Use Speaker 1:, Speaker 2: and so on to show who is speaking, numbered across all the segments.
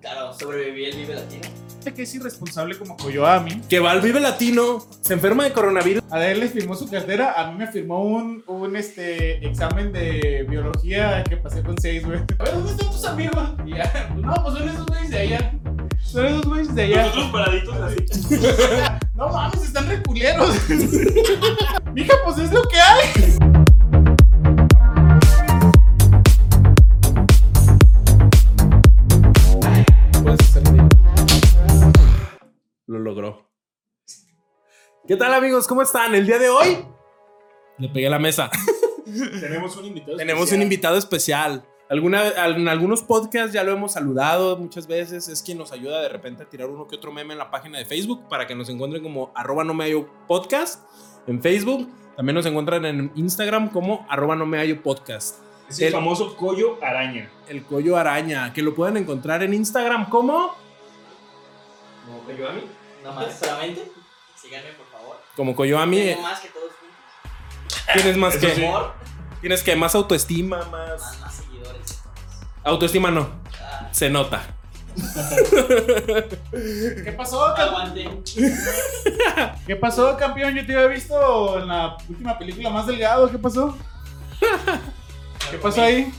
Speaker 1: Claro, sobreviví el Vive Latino.
Speaker 2: Gente que es irresponsable como Coyoami.
Speaker 3: Que va al Vive Latino, se enferma de coronavirus.
Speaker 2: A él le firmó su cartera, a mí me firmó un, un este, examen de biología que pasé con 6, güey. A ver, ¿dónde están tus amigos? Y ya, no, pues son esos güeyes de allá. Son esos güeyes de allá.
Speaker 4: Nosotros paraditos así.
Speaker 2: No mames, están reculeros. Mija, pues es lo que hay.
Speaker 3: Puedes hacerlo bien. Lo logró. ¿Qué tal amigos? ¿Cómo están? El día de hoy le pegué a la mesa.
Speaker 4: Tenemos un invitado.
Speaker 3: Tenemos un invitado especial. Alguna, al- en algunos podcasts ya lo hemos saludado muchas veces. Es quien nos ayuda de repente a tirar uno que otro meme en la página de Facebook para que nos encuentren como arroba no me hallo podcast en Facebook. También nos encuentran en Instagram como arroba no me hallo podcast.
Speaker 4: invitado. Es el
Speaker 3: el-
Speaker 4: famoso Coyo Araña.
Speaker 3: El Coyo Araña, que lo pueden encontrar en Instagram como...
Speaker 1: Como Coyoami. Nada más, solamente. Síganme, por favor.
Speaker 3: Como Coyoami.
Speaker 2: eh.
Speaker 1: Tengo más que todos juntos.
Speaker 3: Tienes más
Speaker 4: Eso
Speaker 3: que...
Speaker 4: sí.
Speaker 1: Amor,
Speaker 3: Tienes que más autoestima, más...
Speaker 1: más, más seguidores.
Speaker 3: Autoestima no,
Speaker 1: Ah,
Speaker 3: se nota.
Speaker 2: ¿Qué pasó, cam-
Speaker 1: Aguante.
Speaker 2: ¿Qué pasó, campeón? Yo te había visto en la última película más delgado. ¿Qué pasó? ¿Qué pasó ahí?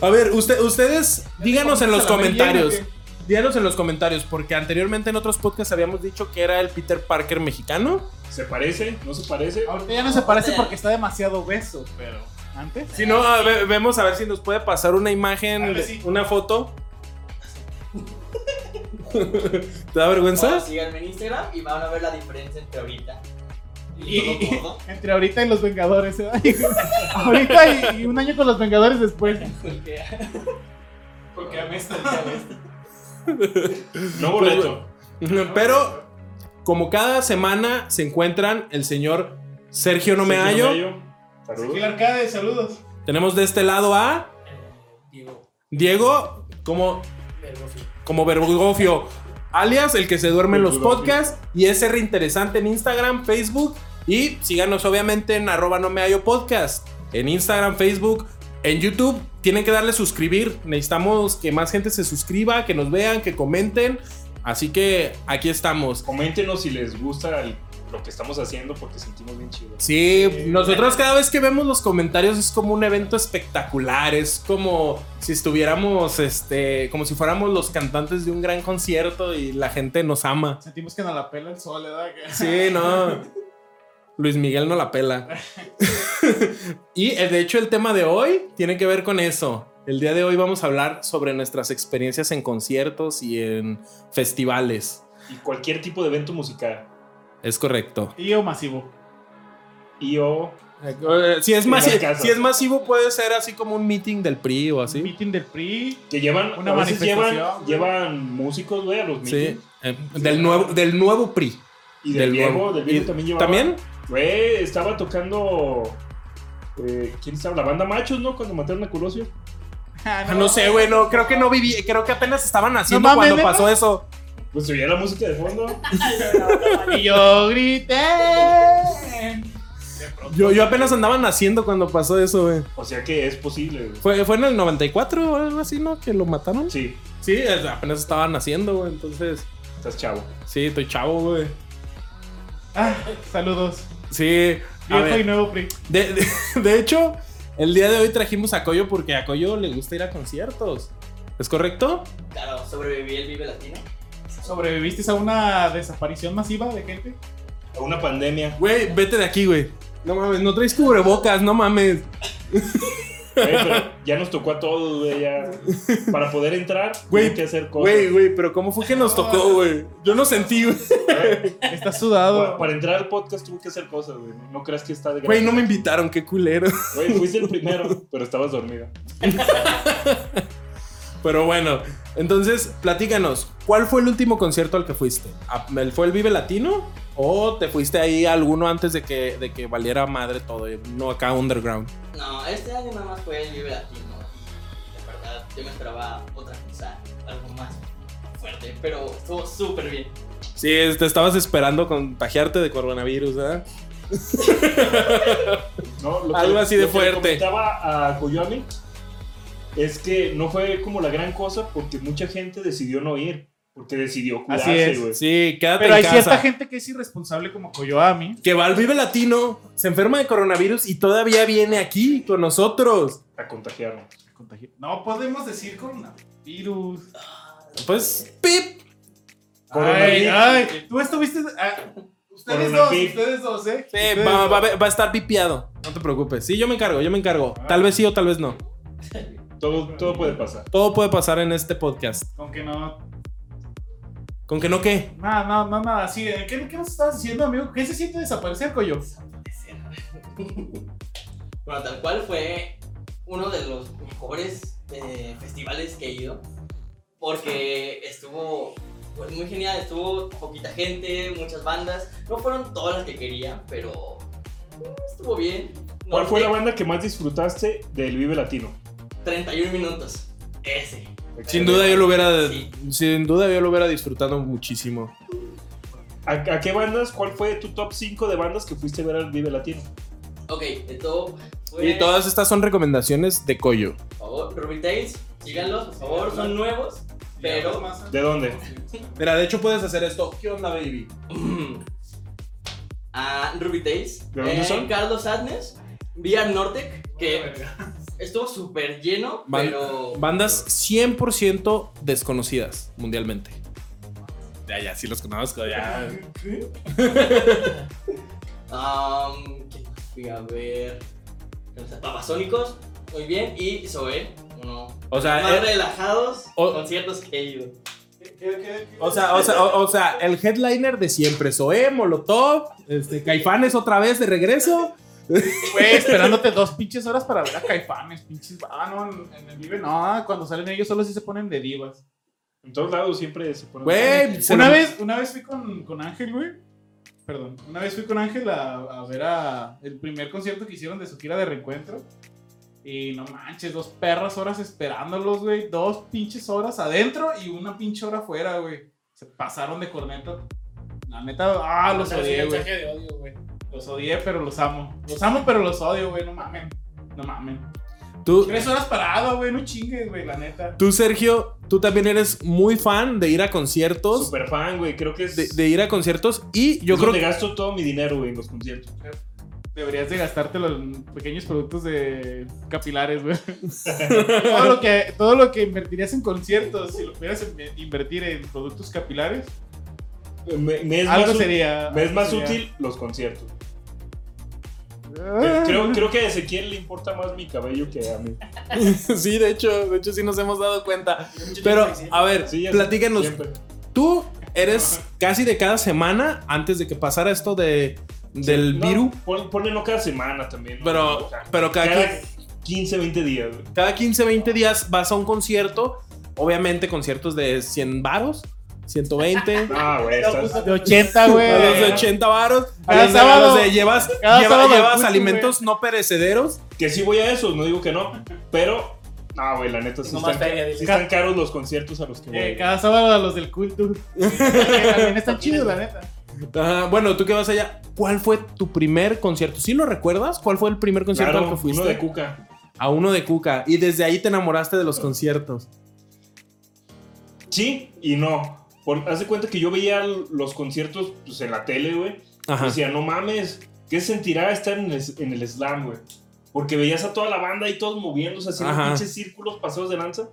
Speaker 3: A ver, usted, ustedes díganos en los
Speaker 2: ¿Se la
Speaker 3: comentarios.
Speaker 2: rellena o qué?
Speaker 3: Díganos en los comentarios, porque anteriormente en otros podcasts habíamos dicho que era el Peter Parker mexicano.
Speaker 4: ¿Se parece? ¿No se parece?
Speaker 3: Ah,
Speaker 2: Ahorita ya no se parece porque está demasiado obeso, pero antes.
Speaker 3: Si no, a ver, vemos a ver si nos puede pasar una
Speaker 2: A
Speaker 3: imagen,
Speaker 2: ver, sí.
Speaker 3: una foto. ¿Te da vergüenza?
Speaker 1: Ahora síganme en Instagram y van a ver la diferencia entre ahorita
Speaker 2: Y-
Speaker 1: y todo gordo.
Speaker 2: Entre ahorita y los Vengadores, ¿eh? ahorita y, y un año con los Vengadores después.
Speaker 1: Porque
Speaker 2: Porque a mí está
Speaker 4: No
Speaker 3: pues,
Speaker 4: boleto.
Speaker 3: Pero como cada semana se encuentran el señor Sergio No Me
Speaker 4: Sergio
Speaker 3: Hallo.
Speaker 2: Aquí
Speaker 4: Saludos.
Speaker 2: la arcade, saludos.
Speaker 3: Tenemos de este lado a
Speaker 1: Digo,
Speaker 3: Diego como,
Speaker 1: verbo sí.
Speaker 3: como Bergofio, alias el que se duerme en los
Speaker 4: Bergoglio.
Speaker 3: podcasts y es R interesante en Instagram, Facebook y síganos obviamente en arroba no me hallo podcast, en Instagram, Facebook, en YouTube. Tienen que darle suscribir, necesitamos que más gente se suscriba, que nos vean, que comenten. Así que aquí estamos.
Speaker 4: Coméntenos si les gusta el- lo que estamos haciendo porque sentimos bien chido.
Speaker 3: Sí, nosotros cada vez que vemos los comentarios es como un evento espectacular, es como si estuviéramos, este, como si fuéramos los cantantes de un gran concierto y la gente nos ama.
Speaker 2: Sentimos que nos la pela el sol, ¿verdad?
Speaker 3: Sí, no. Luis Miguel no la pela. y eh, de hecho el tema de hoy tiene que ver con eso. El día de hoy vamos a hablar sobre nuestras experiencias en conciertos y en festivales.
Speaker 4: Y cualquier tipo de evento musical.
Speaker 3: Es correcto.
Speaker 2: Y yo masivo.
Speaker 4: Y o
Speaker 3: Eh, Si es,
Speaker 4: En
Speaker 3: masi-
Speaker 4: el caso.
Speaker 3: si es masivo puede ser así como un meeting del PRI o así.
Speaker 2: Meeting del PRI.
Speaker 4: que llevan,
Speaker 2: Una
Speaker 4: a veces llevan,
Speaker 2: manifestación, güey.
Speaker 4: llevan músicos, güey, a los
Speaker 3: Sí,
Speaker 4: meetings.
Speaker 3: eh, del, nuevo, del nuevo PRI.
Speaker 4: Y del, viejo,
Speaker 3: nuevo-
Speaker 4: del
Speaker 3: y-
Speaker 4: viejo también llevaban.
Speaker 3: ¿También?
Speaker 4: Güey, estaba tocando. eh, ¿Quién estaba? La banda Machos, ¿no? Cuando mataron a Colosio.
Speaker 2: Ah,
Speaker 3: Ah, No sé, güey, no, creo que no viví, creo que apenas estaban haciendo
Speaker 2: mames,
Speaker 3: cuando
Speaker 2: ¿neta?
Speaker 3: pasó eso.
Speaker 4: Pues se veía la música de fondo.
Speaker 2: Y yo grité.
Speaker 3: Yo, yo apenas andaban haciendo cuando pasó eso, güey.
Speaker 4: O sea que es posible, güey.
Speaker 3: Fue, fue en el 94 o algo así, ¿no? Que lo mataron. Sí,
Speaker 4: Sí,
Speaker 3: es- apenas estaban haciendo, güey. Entonces,
Speaker 4: estás chavo.
Speaker 3: sí, estoy chavo, güey.
Speaker 2: Ah, saludos.
Speaker 3: Sí. a
Speaker 2: Viejo
Speaker 3: ver,
Speaker 2: y nuevo PRI.
Speaker 3: de, de- de hecho, el día de hoy trajimos a Coyo porque a Coyo le gusta ir a conciertos. ¿Es correcto?
Speaker 1: Claro, sobreviví el Vive Latino.
Speaker 2: ¿Sobreviviste a una desaparición masiva de gente?
Speaker 4: A una pandemia.
Speaker 3: Güey, vete de aquí, güey. No mames, no traes cubrebocas, no mames.
Speaker 4: Güey, pero ya nos tocó a todos, güey. Ya. Para poder entrar,
Speaker 3: Güey,
Speaker 4: hay que hacer cosas.
Speaker 3: Güey, güey, pero ¿cómo fue que nos
Speaker 2: Ah.
Speaker 3: tocó, güey? Yo no sentí, güey.
Speaker 2: Estás
Speaker 4: Para,
Speaker 2: sudado.
Speaker 4: para entrar al podcast tuvo que hacer cosas, güey. No creas que está de
Speaker 3: Güey,
Speaker 4: gratis.
Speaker 3: no me invitaron, qué culero.
Speaker 4: Güey, fuiste el primero, pero estabas dormida.
Speaker 3: Pero bueno, entonces platícanos, ¿cuál fue el último concierto al que fuiste? ¿A- el- ¿Fue el Vive Latino? ¿O te fuiste ahí a alguno antes de que, de que valiera madre todo? y No acá underground.
Speaker 1: No, este año nada más fue el Vive Latino. Y la verdad, yo me esperaba otra cosa, algo más fuerte, pero estuvo súper bien.
Speaker 3: Sí, es- te estabas esperando contagiarte de coronavirus, ¿verdad?
Speaker 4: No, lo
Speaker 3: Algo así de
Speaker 4: lo que le
Speaker 3: fuerte.
Speaker 4: comentaba a Coyoami es que no fue como la gran cosa porque mucha gente decidió no ir, porque decidió
Speaker 2: Así
Speaker 4: cuidarse,
Speaker 2: es.
Speaker 4: güey.
Speaker 3: Sí, quédate
Speaker 2: Pues. Pero
Speaker 3: en
Speaker 2: hay
Speaker 3: casa.
Speaker 2: cierta gente que es irresponsable como Coyoami.
Speaker 3: Que va al Vive Latino, se enferma de coronavirus y todavía viene aquí con nosotros.
Speaker 4: A contagiarnos.
Speaker 2: Contagi- No podemos decir coronavirus.
Speaker 3: Pues, pip.
Speaker 2: Ay, ah.
Speaker 4: Coronavirus.
Speaker 2: ay, tú estuviste. ah, ustedes dos,
Speaker 4: Coronavirus.
Speaker 2: ustedes dos, ¿eh?
Speaker 3: Sí,
Speaker 2: Ustedes
Speaker 3: va,
Speaker 2: dos.
Speaker 3: va a ver- va a estar pipiado. No te preocupes. Sí, yo me encargo, yo me encargo. Tal vez sí o tal vez no.
Speaker 4: Todo, todo puede pasar.
Speaker 3: Todo puede pasar en este podcast.
Speaker 2: Con que no.
Speaker 3: ¿Con que no qué?
Speaker 2: Nada, nada, nada, nada. Sí, ¿qué, ¿Qué nos estabas diciendo, amigo? ¿Qué se siente desaparecer, Coyo?
Speaker 1: Bueno, tal cual fue uno de los mejores eh, festivales que he ido. Porque estuvo pues, muy genial, estuvo poquita gente, muchas bandas. No fueron todas las que quería, pero mm, estuvo bien. No,
Speaker 4: ¿Cuál fue la banda que más disfrutaste del Vive Latino?
Speaker 1: 31 minutos. Ese.
Speaker 3: Sin duda yo lo hubiera.
Speaker 1: Sí.
Speaker 3: Sin duda yo lo hubiera disfrutado muchísimo.
Speaker 4: ¿A, a qué bandas? ¿Cuál fue tu top 5 de bandas que fuiste a ver al Vive Latino?
Speaker 1: Ok, de todo. Fue,
Speaker 3: Y todas estas son recomendaciones de Coyo.
Speaker 1: Por favor, Ruby Tales, síganlos, por favor, son nuevos. Pero-
Speaker 4: ¿De dónde?
Speaker 3: Mira, de hecho puedes hacer esto. ¿Qué onda, baby?
Speaker 1: a Ruby Tales.
Speaker 4: ¿De dónde
Speaker 1: eh,
Speaker 4: son?
Speaker 1: Carlos Adnes. Vía Nortec, que estuvo súper lleno,
Speaker 3: Ban-
Speaker 1: pero.
Speaker 3: Bandas 100% desconocidas mundialmente. Ya, ya, sí los conozco, ya.
Speaker 1: Am, ¿Qué más fui a ver? Babasónicos, muy bien. Y Zoe, uno.
Speaker 3: O sea,
Speaker 1: Más
Speaker 3: eh,
Speaker 1: relajados,
Speaker 3: o-
Speaker 1: conciertos que he ido.
Speaker 3: O sea, o sea, o, o sea, el headliner de siempre, Zoé, Molotov, este, Caifanes otra vez de regreso.
Speaker 2: Güey, esperándote dos pinches horas para ver a Caifanes, pinches. Ah, no, en, en el Vive no, cuando salen ellos solo sí se ponen de divas.
Speaker 4: En todos lados siempre se pone.
Speaker 3: Güey, se
Speaker 2: Una
Speaker 3: lo-
Speaker 2: vez, una vez fui con, con Ángel, güey. Perdón, una vez fui con Ángel a, a ver a el primer concierto que hicieron de su gira de reencuentro. Y no manches, dos perras horas esperándolos, güey. Dos pinches horas adentro y una pinche hora afuera, güey. Se pasaron de corneta. La neta, ah,
Speaker 3: pues,
Speaker 2: los odié, güey. Los odié, pero los amo. Los amo, pero los odio, güey. No mamen. No mamen.
Speaker 3: tú,
Speaker 2: Tres horas parado, güey. No chingues, güey, la neta.
Speaker 3: tú, Sergio, tú también eres muy fan de ir a conciertos,
Speaker 4: Super fan, güey. Creo que es.
Speaker 3: de, de ir a conciertos y yo
Speaker 4: es
Speaker 3: creo
Speaker 4: donde
Speaker 3: que
Speaker 4: gasto todo mi dinero, güey, en los conciertos.
Speaker 2: Deberías de gastarte los pequeños productos de capilares, güey. todo, lo que, todo lo que invertirías en conciertos, si lo pudieras in- invertir en productos capilares,
Speaker 4: Eh, Me, me es,
Speaker 2: algo
Speaker 4: más, ú-
Speaker 2: sería.
Speaker 4: me es
Speaker 2: algo
Speaker 4: más
Speaker 2: sería.
Speaker 4: útil los conciertos. Eh,
Speaker 2: Ah.
Speaker 4: Creo, creo que a Ezequiel le importa más mi cabello que a mí.
Speaker 3: sí, de hecho, de hecho sí nos hemos dado cuenta. Pero ah, a ver,
Speaker 4: Sí, ya sé,
Speaker 3: platícanos,
Speaker 4: siempre.
Speaker 3: tú eres casi de cada semana antes de que pasara esto de del
Speaker 4: No,
Speaker 3: virus,
Speaker 4: pon- Ponelo cada semana también. ¿no? O
Speaker 3: pero
Speaker 4: sea,
Speaker 3: pero cada, quien-
Speaker 4: cada 15, 20 días, güey.
Speaker 3: Cada 15, 20 días vas a un concierto. Obviamente, conciertos de 100 varos, 120.
Speaker 4: Ah, güey, estás.
Speaker 2: De 80, güey.
Speaker 3: A los de 80 varos, a
Speaker 2: Cada
Speaker 3: los de-
Speaker 2: sábado.
Speaker 3: a los de llevas,
Speaker 2: Cada
Speaker 3: lleva-
Speaker 2: sábado
Speaker 3: llevas
Speaker 2: justo,
Speaker 3: alimentos no perecederos.
Speaker 4: Que sí voy a eso, no digo que no. Pero. Ah, güey, la neta, sí,
Speaker 5: No más
Speaker 4: están,
Speaker 5: feria, dile.
Speaker 4: sí están caros los conciertos a los que voy.
Speaker 2: Eh,
Speaker 4: güey.
Speaker 2: cada sábado a los del culto. También están chidos, la neta.
Speaker 3: Ajá, bueno, tú que vas allá, ¿cuál fue tu primer concierto? ¿Sí lo recuerdas? ¿Cuál fue el primer concierto
Speaker 4: Claro,
Speaker 3: al que fuiste?
Speaker 4: uno de Cuca.
Speaker 3: a uno de Cuca. Y desde ahí te enamoraste de los conciertos.
Speaker 4: Sí y no. Por, haz de cuenta que yo veía l- los conciertos pues, en la tele, güey.
Speaker 3: Ajá.
Speaker 4: Decía, no mames, ¿qué sentirá estar en el, en el slam, güey? Porque veías a toda la banda ahí todos moviéndose, haciendo
Speaker 3: Ajá.
Speaker 4: pinches círculos, pasados de lanza.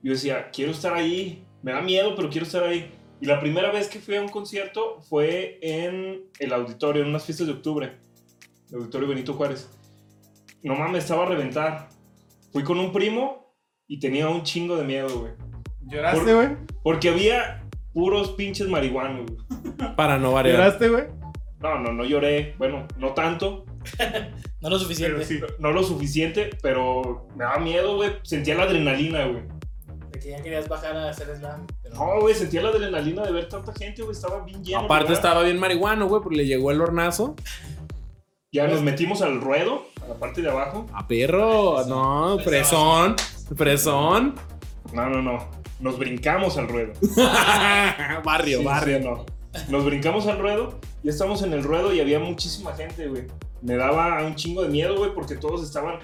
Speaker 4: Yo decía, quiero estar ahí. Me da miedo, pero quiero estar ahí. Y la primera vez que fui a un concierto fue en el auditorio, en unas fiestas de octubre. El auditorio Benito Juárez. No mames, estaba a reventar. Fui con un primo y tenía un chingo de miedo, güey.
Speaker 2: ¿Lloraste, güey?
Speaker 4: Porque había puros pinches marihuanos. güey.
Speaker 3: Para no variar.
Speaker 2: ¿Lloraste, güey?
Speaker 4: No, no, no lloré. Bueno, no tanto.
Speaker 5: No lo suficiente.
Speaker 2: Pero sí.
Speaker 4: No lo suficiente, pero me daba miedo, güey. Sentía la adrenalina, güey.
Speaker 5: De que ya querías bajar a hacer slam. Pero
Speaker 4: No, güey, sentía la adrenalina de ver tanta gente, güey. Estaba bien lleno.
Speaker 3: Aparte
Speaker 4: güey.
Speaker 3: estaba bien marihuano, güey, porque le llegó el hornazo.
Speaker 4: Ya nos metimos al ruedo, a la parte de abajo.
Speaker 3: A perro, no, presón, presón.
Speaker 4: No, no, no. Nos brincamos al ruedo.
Speaker 3: barrio,
Speaker 4: Sí,
Speaker 3: barrio.
Speaker 4: sí, no. Nos brincamos al ruedo, ya estamos en el ruedo y había muchísima gente, güey. Me daba un chingo de miedo, güey, porque todos estaban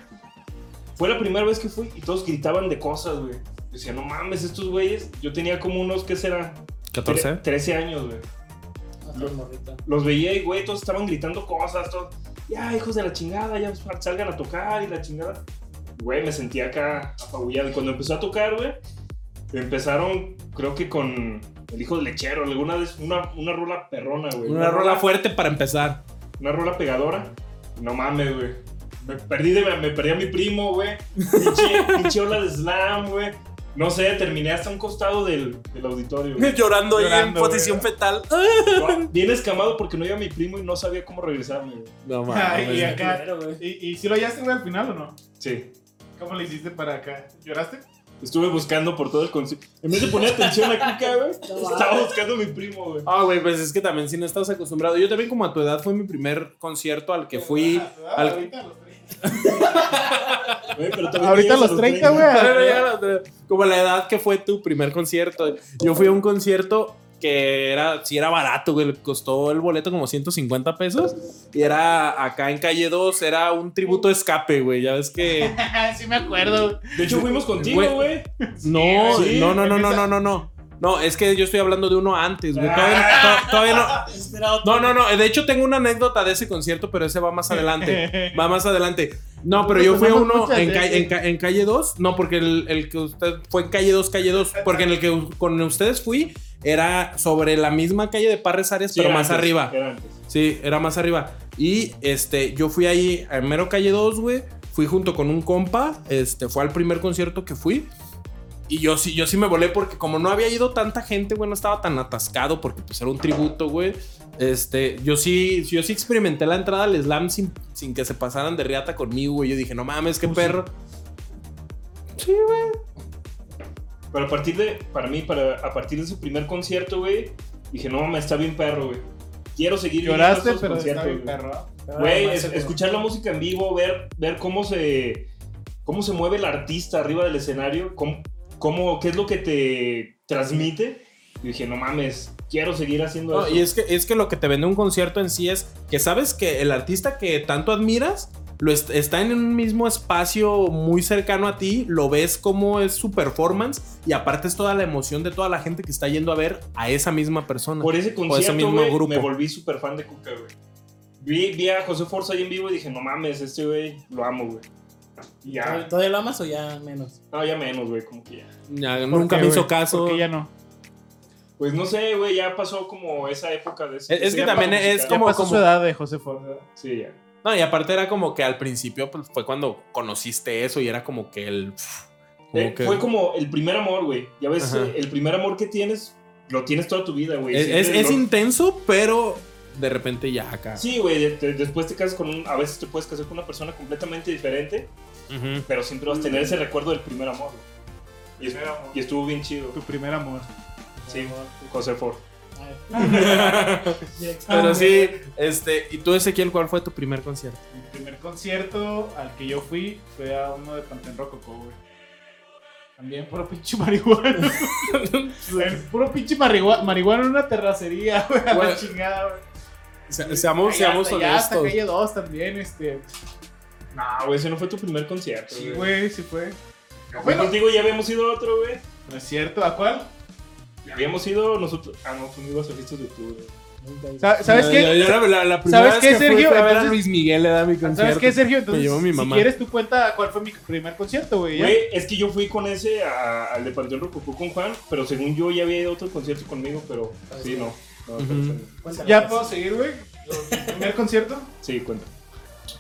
Speaker 4: Fue la primera vez que fui y todos gritaban de cosas, güey. Yo Decía, no mames, estos güeyes. Yo tenía como unos, ¿qué será? Tre-
Speaker 3: 14.
Speaker 4: 13 años, güey.
Speaker 5: Hasta el morrito.
Speaker 4: Los veía y, güey, todos estaban gritando cosas, todos. Ya, hijos de la chingada, ya salgan a tocar y la chingada. Güey, me sentía acá apabullado. Y cuando empezó a tocar, güey, empezaron, creo que con el hijo del lechero, alguna vez, una, una rola perrona, güey.
Speaker 3: Una rola fuerte para empezar.
Speaker 4: una rola pegadora. No mames, güey. Me perdí, de, me perdí a mi primo, güey. Pinche pinche ola de slam, güey. No sé, terminé hasta un costado del, del auditorio, güey.
Speaker 3: Llorando, ahí en
Speaker 2: Llorando,
Speaker 3: posición
Speaker 2: güey.
Speaker 3: fetal.
Speaker 4: No, Bien escamado porque no iba mi primo y no sabía cómo regresarme, güey.
Speaker 3: No
Speaker 2: Ay, y
Speaker 3: mames.
Speaker 2: acá.
Speaker 5: Culero, güey.
Speaker 2: ¿Y, ¿Y si lo hallaste, güey, al final o no?
Speaker 4: Sí.
Speaker 2: ¿Cómo le hiciste para acá? ¿Lloraste?
Speaker 4: Estuve buscando por todo el concierto. En vez de poner atención a Kika, güey, estaba buscando a mi primo, güey.
Speaker 3: Ah, güey, pues es que también si no estás acostumbrado. Yo también como a tu edad fue mi primer concierto al que fui.
Speaker 2: Ah,
Speaker 3: al-
Speaker 2: ahorita a los 30.
Speaker 4: Güey, pero también
Speaker 2: Ahorita a
Speaker 4: llegas
Speaker 2: los 30,
Speaker 3: Pero
Speaker 2: güey.
Speaker 3: ya la otra- Como la edad que fue tu primer concierto. Yo fui a un concierto que era, sí era barato, güey. Costó el boleto como 150 pesos. Y era acá en calle 2, era un tributo a escape, güey. Ya ves que.
Speaker 2: sí me acuerdo.
Speaker 4: De hecho, fuimos contigo,
Speaker 3: Güey.
Speaker 4: güey.
Speaker 3: No,
Speaker 4: Sí,
Speaker 3: no, no, no, no,
Speaker 4: empieza-
Speaker 3: no, no, no. No, es que yo estoy hablando de uno antes, güey.
Speaker 4: Ah.
Speaker 3: Todavía, no- to- todavía no.
Speaker 5: Espera otro.
Speaker 3: No, no, no. De hecho, tengo una anécdota de ese concierto, pero ese va más adelante. Va más adelante. No, pero yo fui a uno en, ca- en ca- en calle 2. No, porque el, el que usted fue en calle 2, calle 2. Porque en el que u- con ustedes fui era sobre la misma calle de Parres Arias,
Speaker 4: Sí,
Speaker 3: pero
Speaker 4: era
Speaker 3: más
Speaker 4: antes,
Speaker 3: arriba.
Speaker 4: era antes.
Speaker 3: Sí, era más arriba. Y este, yo fui ahí en mero calle 2, güey. Fui junto con un compa. Este, fue al primer concierto que fui. Y yo sí, yo sí me volé porque como no había ido tanta gente, güey, no estaba tan atascado porque pues era un tributo, güey. Este, yo sí, yo sí experimenté la entrada al slam sin, sin que se pasaran de riata conmigo, güey. Yo dije, no mames, qué
Speaker 4: Pues sí.
Speaker 3: perro.
Speaker 4: Pero a partir de, para mí, para, a partir de su primer concierto, güey, dije, no mames, está bien perro, güey. Quiero seguir viendo
Speaker 2: Lloraste,
Speaker 4: estos
Speaker 2: pero está
Speaker 4: conciertos,
Speaker 2: bien,
Speaker 4: güey.
Speaker 2: perro.
Speaker 5: Pero
Speaker 4: Güey,
Speaker 5: más
Speaker 4: es-
Speaker 5: seguro.
Speaker 4: escuchar la música en vivo, ver, ver cómo se, cómo se mueve el artista arriba del escenario, cómo, cómo- qué es lo que te transmite. Y dije, no mames, quiero seguir haciendo
Speaker 3: No,
Speaker 4: eso.
Speaker 3: y es que, es que lo que te vende un concierto en sí es que sabes que el artista que tanto admiras lo est- está en un mismo espacio muy cercano a ti, lo ves cómo es su performance y aparte es toda la emoción de toda la gente que está yendo a ver a esa misma persona.
Speaker 4: Por ese concierto,
Speaker 3: mismo
Speaker 4: güey,
Speaker 3: grupo.
Speaker 4: me volví súper fan de Cuca, güey. Vi, vi a José Forza ahí en vivo y dije, no mames, este güey, lo amo, güey. Y ya,
Speaker 5: ¿Todavía lo amas o ya menos?
Speaker 4: no, ya menos, güey, como que ya.
Speaker 3: Ya,
Speaker 2: ¿Por
Speaker 3: nunca
Speaker 2: qué,
Speaker 3: me hizo
Speaker 2: güey?
Speaker 3: caso.
Speaker 2: ¿Por qué ya no?
Speaker 4: Pues no sé, güey, ya pasó como esa época de... ese-
Speaker 3: Es- es
Speaker 4: esa
Speaker 3: que
Speaker 4: etapa
Speaker 3: también es
Speaker 4: musical.
Speaker 2: Ya
Speaker 3: como-
Speaker 2: pasó su edad de José Ford.
Speaker 4: Sí, ya.
Speaker 3: No, y aparte era como que al principio pues, fue cuando conociste eso y era como que el... como
Speaker 4: Eh,
Speaker 3: que-
Speaker 4: Fue como el primer amor, güey. Ya ves,
Speaker 3: Ajá.
Speaker 4: eh, el primer amor que tienes, lo tienes toda tu vida, güey.
Speaker 3: es,
Speaker 4: Siempre
Speaker 3: es- es
Speaker 4: lo-
Speaker 3: intenso, pero de repente ya acá.
Speaker 4: Sí, güey, de- de- después te casas con un... A veces te puedes casar con una persona completamente diferente,
Speaker 3: Ujú.
Speaker 4: pero siempre vas a tener ese recuerdo del primer amor, güey. Y, es- y estuvo bien chido.
Speaker 2: Tu primer amor.
Speaker 4: Sí, José Ford.
Speaker 3: Pero sí, este, ¿y tú Ezequiel cuál fue tu primer concierto?
Speaker 2: Mi primer concierto al que yo fui fue a uno de Pantén Rococó, güey. También puro pinche marihuana. El puro pinche marigua- marihuana en una terracería, güey. A
Speaker 3: Güey.
Speaker 2: la chingada, güey.
Speaker 3: Se- seamos seamos
Speaker 2: Ya hasta
Speaker 3: honestos.
Speaker 2: calle 2 también, este.
Speaker 4: No, güey, ese no fue tu primer concierto,
Speaker 2: Sí,
Speaker 4: güey.
Speaker 2: güey, sí fue.
Speaker 4: Yo
Speaker 2: Bueno.
Speaker 4: Contigo ya habíamos ido a otro, güey.
Speaker 2: ¿No es cierto? ¿A cuál?
Speaker 4: Ya habíamos ido nosotros... Ah, no, fuimos a fiestas de octubre.
Speaker 2: Sa- ¿Sabes
Speaker 3: Ya-
Speaker 2: qué?
Speaker 3: ya- ya la- la- la primera
Speaker 2: ¿Sabes
Speaker 3: vez
Speaker 2: qué,
Speaker 3: que fui
Speaker 2: Sergio?
Speaker 3: fue a ver a
Speaker 2: Entonces-
Speaker 3: Luis Miguel le da mi concierto.
Speaker 2: ¿Sabes qué, Sergio?
Speaker 3: llevó
Speaker 2: Entonces,
Speaker 3: mi
Speaker 2: si
Speaker 3: mamá.
Speaker 2: quieres, tú cuenta cuál fue mi primer concierto, güey. ya.
Speaker 4: Güey, es que yo fui con ese a- al de Panteón Rococó con Juan, pero según yo ya había ido a otro concierto conmigo, pero sí, no. no,
Speaker 3: Ujú.
Speaker 4: pero-
Speaker 2: ¿Ya puedo seguir, güey? ¿Mi primer concierto?
Speaker 4: Sí, cuenta.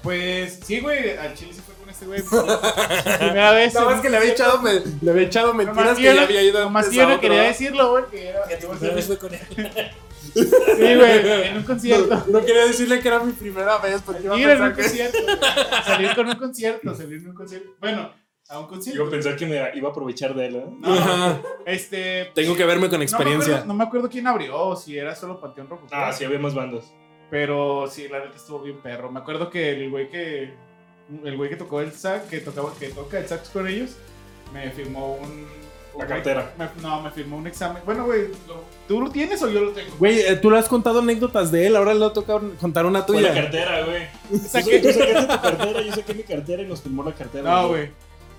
Speaker 2: Pues sí, güey. Al chile se fue con este güey. Primera vez.
Speaker 3: La vez que le había echado, me- le había echado mentiras que ya había ido
Speaker 2: Más
Speaker 3: antes
Speaker 2: yo
Speaker 3: a
Speaker 2: no
Speaker 3: otro,
Speaker 2: quería
Speaker 3: ¿eh?
Speaker 2: decirlo, güey. Que era.
Speaker 5: Que tu primera vez fue con él.
Speaker 2: Sí, güey. En un concierto.
Speaker 3: No, no quería decirle que era mi primera vez porque iba a
Speaker 2: Ir en un
Speaker 3: pensar que...
Speaker 2: concierto. güey. Salir con un concierto. Salir en un concierto. Bueno, a un
Speaker 4: Yo
Speaker 2: concierto.
Speaker 4: pensé que me iba a aprovechar de él, ¿eh?
Speaker 3: Ajá.
Speaker 2: Este.
Speaker 3: Tengo que verme
Speaker 2: No
Speaker 3: con
Speaker 2: me, acuerdo,
Speaker 3: experiencia.
Speaker 2: no me acuerdo quién abrió, o si era solo Panteón Rojo.
Speaker 4: Ah, sí, había más bandas.
Speaker 2: Pero sí, la neta estuvo bien perro. Me acuerdo que el güey que. El güey que tocó el sax, que tocaba, que toca el sax con ellos, me firmó un.
Speaker 4: La
Speaker 2: un-
Speaker 4: cartera.
Speaker 2: me- no, me firmó un examen. Bueno, güey, lo- ¿tú lo tienes o yo lo tengo?
Speaker 3: Güey, eh, tú le has contado anécdotas de él, ahora le ha tocado contar una
Speaker 4: Fue la
Speaker 3: tuya.
Speaker 4: cartera, güey. Tú sa- tú sacaste tu cartera, yo saqué mi cartera y nos firmó la cartera.
Speaker 2: No, güey.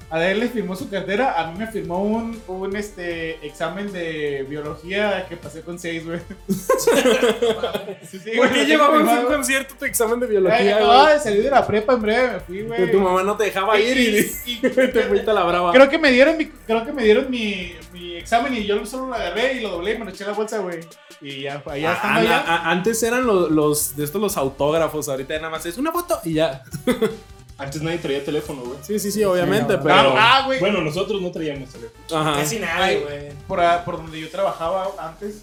Speaker 2: A él le firmó su cartera, a mí me firmó un, un este, examen de biología que pasé con 6, güey. Sí, güey,
Speaker 3: ¿Por
Speaker 2: me
Speaker 3: qué
Speaker 2: firmó,
Speaker 3: llevabas a un
Speaker 2: güey.
Speaker 3: concierto tu examen de
Speaker 2: Eh, Ay,
Speaker 3: biología,
Speaker 2: Acababa
Speaker 3: güey?
Speaker 2: de salir de la prepa, en breve me fui,
Speaker 3: Que tu
Speaker 2: güey.
Speaker 3: mamá no te dejaba ir y
Speaker 2: Y- y-
Speaker 3: te fuiste a la brava.
Speaker 2: Creo que me dieron mi, creo que me dieron mi, mi examen y yo solo lo agarré y lo doblé y me lo eché a la bolsa, güey. Y ya, allá
Speaker 3: Ah,
Speaker 2: estando allá.
Speaker 3: a- a- antes eran los, los- de estos los autógrafos, ahorita ya nada más es una foto y ya.
Speaker 4: Antes nadie traía teléfono, güey.
Speaker 3: Sí, sí, sí, obviamente,
Speaker 5: no.
Speaker 3: pero
Speaker 2: Ah, ah, güey.
Speaker 4: Bueno, nosotros no traíamos teléfono.
Speaker 3: ajá.
Speaker 5: Casi nada,
Speaker 2: Ay.
Speaker 5: güey.
Speaker 2: por, a- por donde yo trabajaba antes,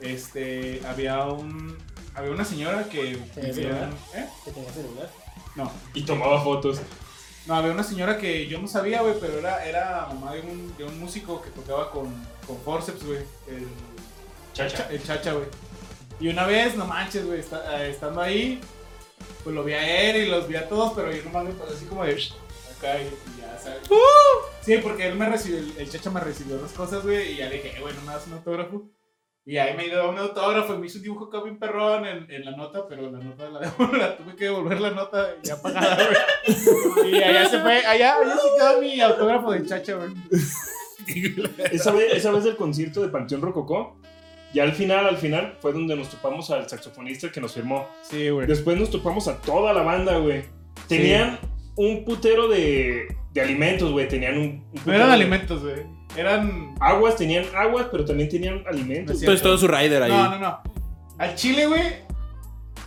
Speaker 2: este, había un, había una señora que
Speaker 5: Tenía
Speaker 2: vivía,
Speaker 5: celular.
Speaker 2: ¿eh?
Speaker 5: Que tenía celular.
Speaker 2: No,
Speaker 4: Y tomaba fotos.
Speaker 2: no, había una señora que yo no sabía, güey, pero era, era mamá de un, de un músico que tocaba con, con forceps, güey, el, cha-
Speaker 4: Chacha.
Speaker 2: el chacha, güey. Y una vez, no manches, güey, esta- eh, estando ahí, pues lo vi a él y los vi a todos, pero yo nomás me pasé así como de acá y, y ya, ¿sabes? Sí, porque él me recibió, el, el chacha me recibió las cosas, güey, y ya le dije, bueno, me das un autógrafo. Y ahí me dio un autógrafo y me hizo un dibujo acá bien perrón en, en la nota, pero la nota la, la tuve que devolver la nota ya pagada, güey. Y allá se fue, allá, allá se quedó mi autógrafo del chacha, güey.
Speaker 4: Esa vez, esa vez del concierto de Panteón Rococó, ya al final, al final, fue donde nos topamos al saxofonista que nos firmó.
Speaker 2: Sí, güey.
Speaker 4: Después nos topamos a toda la banda, güey. Tenían un putero de, de alimentos, güey. Tenían un, un
Speaker 2: No
Speaker 4: putero
Speaker 2: eran
Speaker 4: de-
Speaker 2: alimentos, güey. Eran
Speaker 4: Aguas, tenían aguas, pero también tenían alimentos.
Speaker 2: Sí,
Speaker 3: Entonces todo su rider ahí.
Speaker 2: No, no, no. Al chile, güey,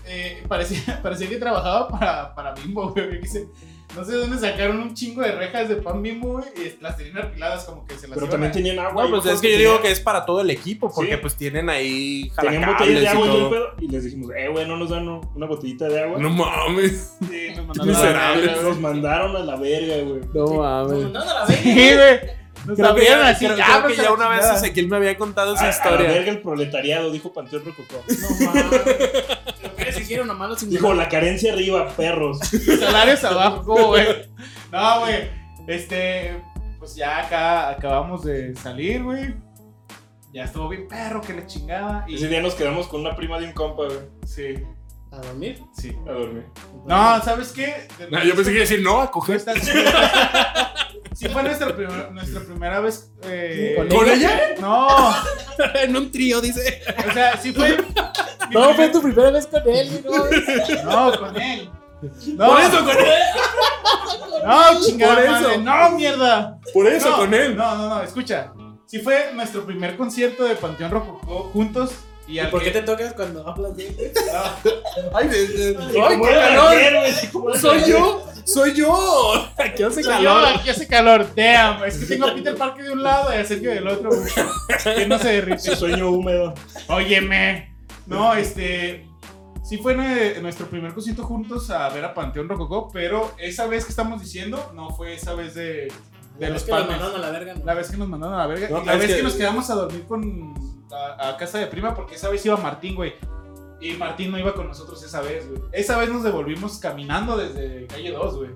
Speaker 2: eh, parecía, parecía que trabajaba para, para Bimbo, güey. que se- No sé de dónde sacaron un chingo de rejas de pan Bimbo, güey, y las tenían apiladas como que se las
Speaker 4: pero
Speaker 2: iban
Speaker 4: también
Speaker 2: a-
Speaker 4: tenían agua.
Speaker 3: No,
Speaker 4: y
Speaker 3: pues
Speaker 4: yo
Speaker 3: es
Speaker 4: creo
Speaker 3: que yo digo que
Speaker 4: tenían-
Speaker 3: es para todo el equipo, porque
Speaker 4: Sí.
Speaker 3: pues tienen ahí
Speaker 4: Tenían botellas de
Speaker 3: jalacables y
Speaker 4: agua y, todo el
Speaker 3: todo.
Speaker 4: pedo, y les dijimos, eh, güey, no nos dan una botellita de agua.
Speaker 3: No mames.
Speaker 2: Sí, nos mandaron a la
Speaker 3: Miserables.
Speaker 2: verga,
Speaker 4: Nos
Speaker 2: güey.
Speaker 4: mandaron a la verga, güey.
Speaker 3: No
Speaker 5: Nos
Speaker 3: mames.
Speaker 5: mandaron a la
Speaker 2: Sí,
Speaker 5: verga.
Speaker 2: güey. Nos
Speaker 3: Creo que
Speaker 2: abrieron
Speaker 3: ya,
Speaker 2: así,
Speaker 3: creo- creo
Speaker 2: abres
Speaker 3: que
Speaker 2: a
Speaker 3: ya
Speaker 2: la
Speaker 3: una vez
Speaker 2: chingada.
Speaker 3: Ezequiel me había contado
Speaker 4: A-
Speaker 3: esa
Speaker 4: Ah, A la
Speaker 3: historia.
Speaker 4: verga el proletariado, dijo Panteón Rococó.
Speaker 5: No mames. Lo que les hicieron a malos
Speaker 4: Dijo, la carencia arriba, perros.
Speaker 2: Salarios abajo, güey. No, güey. Este, pues ya acá acabamos de salir, güey. Ya estuvo bien perro que le chingaba. Y,
Speaker 4: Ese día nos quedamos con una prima de un compa, güey,
Speaker 2: Sí,
Speaker 5: ¿A dormir? Pues
Speaker 2: sí.
Speaker 4: a dormir.
Speaker 2: No, ¿sabes qué?
Speaker 3: No, Ah, yo pensé que iba a decir no, a
Speaker 2: Fue
Speaker 3: coger.
Speaker 2: esta- Sí, fue nuestra, primer- nuestra primera vez. eh,
Speaker 5: ¿Con
Speaker 3: ¿Con ella?
Speaker 2: No, o
Speaker 3: en un trío, dice.
Speaker 2: sea, sí fue.
Speaker 5: No, fue tu primera vez con él, ¿no?
Speaker 2: No, con él. No,
Speaker 3: Por eso con él.
Speaker 2: no, chingada
Speaker 3: Por eso.
Speaker 2: madre, No, mierda.
Speaker 3: Por eso
Speaker 2: No,
Speaker 3: con él.
Speaker 2: No, no, no, escucha. Sí fue nuestro primer concierto de Panteón Rococó juntos. ¿Y, al
Speaker 5: ¿Por qué
Speaker 2: que-
Speaker 5: te tocas cuando hablas de él?
Speaker 2: no,
Speaker 3: Ay, de- de- ay,
Speaker 4: ¿Cómo
Speaker 3: qué
Speaker 4: era
Speaker 3: calor.
Speaker 4: ayer, güey? ¿Cómo era
Speaker 3: Soy
Speaker 4: ayer?
Speaker 3: yo. Soy yo. Aquí hace
Speaker 2: soy yo,
Speaker 3: calor.
Speaker 2: aquí hace calor, damn. Es que tengo a Peter Parker de un lado y a Sergio del otro. güey. Que no se derrite.
Speaker 4: Su sueño húmedo.
Speaker 2: Óyeme. No, este. Sí fue nue- nuestro primer concierto juntos a ver a Panteón Rococó, pero esa vez que estamos diciendo no fue esa vez de, de
Speaker 5: La
Speaker 2: los
Speaker 5: vez que lo
Speaker 2: palmes.
Speaker 5: mandaron a la verga, no.
Speaker 2: La vez que nos mandaron a la verga.
Speaker 4: No,
Speaker 2: y la
Speaker 4: es
Speaker 2: vez que...
Speaker 4: que-
Speaker 2: nos quedamos a dormir con a, a casa de prima, porque esa vez iba Martín, güey. Y Martín no iba con nosotros esa vez, güey. Esa vez nos devolvimos caminando desde calle 2, güey.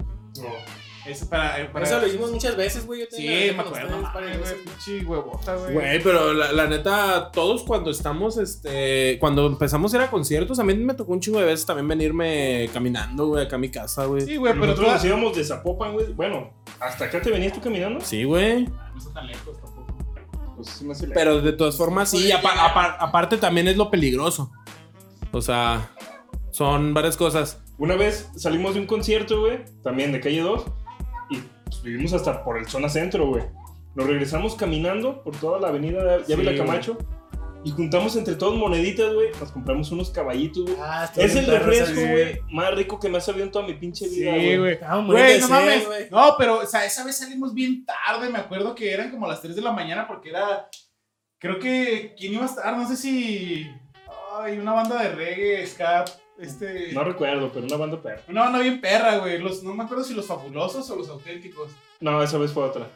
Speaker 2: Es para, eh, para-
Speaker 5: Eso lo hicimos muchas veces, güey. Yo
Speaker 2: Sí,
Speaker 5: tenía
Speaker 2: me
Speaker 5: la con
Speaker 2: acuerdo,
Speaker 5: ustedes
Speaker 2: madre,
Speaker 5: varias
Speaker 2: güey.
Speaker 5: veces.
Speaker 2: Pinche huevota, güey.
Speaker 3: Güey, pero la, la neta, todos cuando estamos, este, cuando empezamos a ir a conciertos, a mí me tocó un chingo de veces también venirme caminando, güey, acá a mi casa, güey.
Speaker 2: Sí, güey, pero tú
Speaker 4: Nosotros nos íbamos de Zapopan, güey. Bueno, ¿hasta acá te venías tú caminando?
Speaker 3: Sí, güey.
Speaker 2: Ah, No está tan lejos tampoco.
Speaker 4: Pues sí me hace la-
Speaker 3: Pero de todas formas, sí, apa- apa- aparte también es lo peligroso. O sea, son varias cosas.
Speaker 4: Una vez salimos de un concierto, güey, también de calle 2, y pues, vivimos hasta por el zona centro, güey. Nos regresamos caminando por toda la avenida de
Speaker 2: Sí,
Speaker 4: Ávila
Speaker 2: güey.
Speaker 4: Camacho y juntamos entre todos moneditas, güey. Nos compramos unos caballitos, güey.
Speaker 5: Ah, estuvo
Speaker 4: Es
Speaker 5: bien
Speaker 4: el
Speaker 5: perro esa
Speaker 4: refresco,
Speaker 5: vez.
Speaker 4: güey, más rico que me ha sabido en toda mi pinche
Speaker 2: Sí,
Speaker 4: vida, güey.
Speaker 2: güey.
Speaker 5: Estábamos muriendo
Speaker 2: Güey,
Speaker 5: de
Speaker 2: no
Speaker 5: sed,
Speaker 2: mames.
Speaker 5: Ah, güey.
Speaker 2: No, pero o sea, esa vez salimos bien tarde. Me acuerdo que eran como las 3 de la mañana porque era. Creo que. ¿Quién iba a estar? No sé si. Ay, una banda de reggae, ska. Este.
Speaker 4: No recuerdo, pero una banda perra.
Speaker 2: Una banda bien perra, güey. Los, no me acuerdo si los fabulosos o los auténticos.
Speaker 4: No, esa vez fue otra.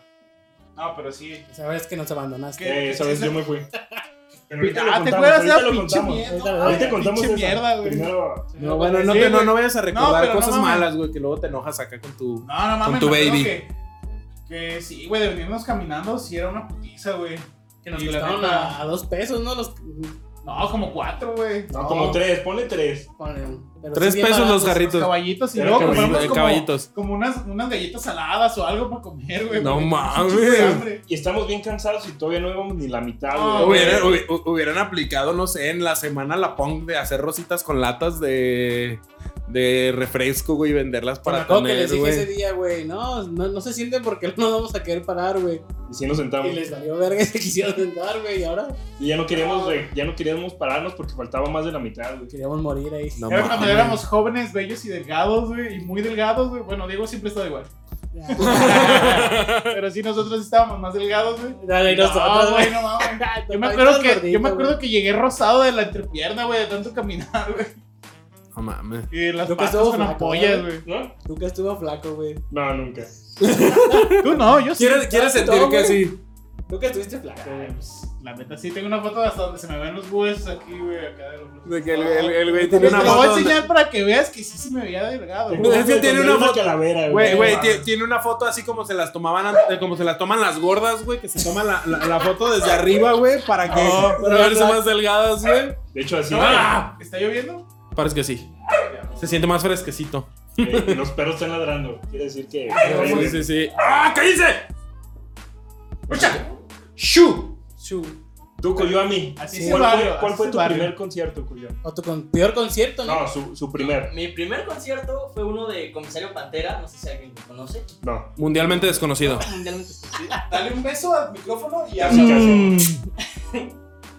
Speaker 2: No, pero sí.
Speaker 5: Esa vez que nos abandonaste.
Speaker 2: ¿Qué?
Speaker 4: Eh, esa vez
Speaker 2: esa-
Speaker 4: yo me fui. Pero ahorita lo
Speaker 2: Ah, ¿te
Speaker 4: contamos,
Speaker 2: acuerdas de
Speaker 4: ahorita
Speaker 2: esa
Speaker 4: lo
Speaker 2: pinche
Speaker 4: contamos.
Speaker 5: Ahorita
Speaker 2: mierda?
Speaker 5: lo-
Speaker 2: Ay,
Speaker 4: Ahorita contamos
Speaker 2: pinche
Speaker 4: esa.
Speaker 2: mierda, güey. No,
Speaker 4: Primero,
Speaker 3: No, bueno, no,
Speaker 2: Sí,
Speaker 3: te, no,
Speaker 2: güey.
Speaker 3: no vayas a recordar
Speaker 2: pero no
Speaker 3: cosas
Speaker 2: mames.
Speaker 3: malas, güey, que luego te enojas acá con tu...
Speaker 2: no mames.
Speaker 3: Con tu
Speaker 2: me acuerdo
Speaker 3: baby.
Speaker 2: Que, que sí, güey, de venirnos caminando, sí era una putiza, güey.
Speaker 5: Que nos
Speaker 2: Y la
Speaker 5: costaron
Speaker 2: neta-
Speaker 5: a, a dos pesos, ¿no? Los,
Speaker 2: No, como cuatro, güey.
Speaker 4: No,
Speaker 5: No.
Speaker 4: como tres, ponle tres.
Speaker 5: Ponen- pero
Speaker 3: Tres
Speaker 5: sí bien
Speaker 3: pesos los
Speaker 5: baratos.
Speaker 3: garritos.
Speaker 2: Caballitos y
Speaker 4: Era
Speaker 2: luego
Speaker 4: caballito-
Speaker 2: compramos como,
Speaker 3: caballitos.
Speaker 2: como unas, unas galletas saladas o algo para comer, güey.
Speaker 3: No
Speaker 2: porque tenemos un
Speaker 3: mames.
Speaker 2: chingo de hambre.
Speaker 4: Y estamos bien cansados y todavía no íbamos ni la mitad,
Speaker 2: No,
Speaker 4: güey.
Speaker 3: Hubieran, hubi- hu- hubieran aplicado, no sé, en la semana la pong de hacer rositas con latas de, de refresco, güey, y venderlas
Speaker 5: Para
Speaker 3: para
Speaker 5: me acuerdo que
Speaker 3: tener,
Speaker 5: les dije ese
Speaker 3: güey.
Speaker 5: día, güey, no, no, no se sienten porque no nos vamos a querer parar, güey.
Speaker 4: Y sí nos
Speaker 5: Y
Speaker 4: sentamos.
Speaker 5: les valió verga y se quisieron sentar, güey, y ahora
Speaker 4: Y ya no queríamos,
Speaker 5: No.
Speaker 4: re- ya no queríamos pararnos porque faltaba más de la mitad, güey.
Speaker 5: queríamos morir ahí.
Speaker 3: No
Speaker 2: Era cuando
Speaker 3: mames.
Speaker 2: éramos jóvenes, bellos y delgados, güey. Y muy delgados, güey. Bueno, Diego siempre está igual. Pero sí, nosotros estábamos más delgados, güey.
Speaker 5: Dale, y nosotros,
Speaker 2: No,
Speaker 5: güey.
Speaker 2: güey, no mames. Yo me
Speaker 5: Ay,
Speaker 2: acuerdo
Speaker 5: todo
Speaker 2: que,
Speaker 5: gordito,
Speaker 2: yo me
Speaker 5: güey.
Speaker 2: acuerdo que llegué rosado de la entrepierna, güey, de tanto caminar, güey.
Speaker 3: No mames.
Speaker 2: Y las
Speaker 5: Nunca
Speaker 2: patas
Speaker 5: estuvo
Speaker 2: con
Speaker 5: flaco,
Speaker 2: ampollas,
Speaker 5: ¿eh?
Speaker 2: güey.
Speaker 4: ¿No?
Speaker 5: Nunca estuvo flaco, güey.
Speaker 4: No, nunca.
Speaker 2: Tú no, yo sí.
Speaker 3: ¿Quieres, quieres
Speaker 5: no,
Speaker 3: sentir
Speaker 5: no,
Speaker 3: que
Speaker 5: güey.
Speaker 3: así?
Speaker 5: Nunca estuviste flaco,
Speaker 2: Ay,
Speaker 5: güey.
Speaker 2: pues, La neta, sí, tengo una foto hasta donde se me ven los huesos aquí, güey, acá de los
Speaker 3: De que el, el- el güey tiene
Speaker 2: Te
Speaker 3: una
Speaker 2: lo voy a
Speaker 3: foto.
Speaker 2: enseñar para que veas que sí se me veía delgado,
Speaker 3: No,
Speaker 2: güey.
Speaker 3: es que tiene una foto-
Speaker 4: calavera,
Speaker 3: Güey, güey,
Speaker 2: No
Speaker 3: tie-
Speaker 2: mames.
Speaker 3: tiene una foto así como se las tomaban, antes- como se las toman las gordas, güey, que se toman la, la- la foto desde arriba, güey, para que para verse más delgadas, güey.
Speaker 4: De hecho, así.
Speaker 2: Ah, ¿Está lloviendo?
Speaker 3: Parece que sí. Se siente más fresquecito.
Speaker 4: eh, eh, los perros están ladrando. Quiere decir que.
Speaker 3: Sí, sí, sí. ¡Ah, cállense! ¡Escucha! ¡Shu!
Speaker 5: Chu.
Speaker 4: Tú, Coyoami.
Speaker 2: Así es
Speaker 4: ¿Cuál
Speaker 2: el
Speaker 4: fue,
Speaker 2: barrio,
Speaker 4: cuál
Speaker 2: así
Speaker 4: fue
Speaker 2: es el
Speaker 4: tu
Speaker 2: barrio.
Speaker 4: primer concierto, Coyoami?
Speaker 5: O tu con- peor concierto, ¿no?
Speaker 4: No, su, su primer.
Speaker 1: Mi primer concierto fue uno de Comisario Pantera, no sé si alguien lo conoce.
Speaker 4: No.
Speaker 3: Mundialmente desconocido.
Speaker 1: Mundialmente conocido.
Speaker 2: Dale un beso al micrófono y
Speaker 4: habla.
Speaker 3: Este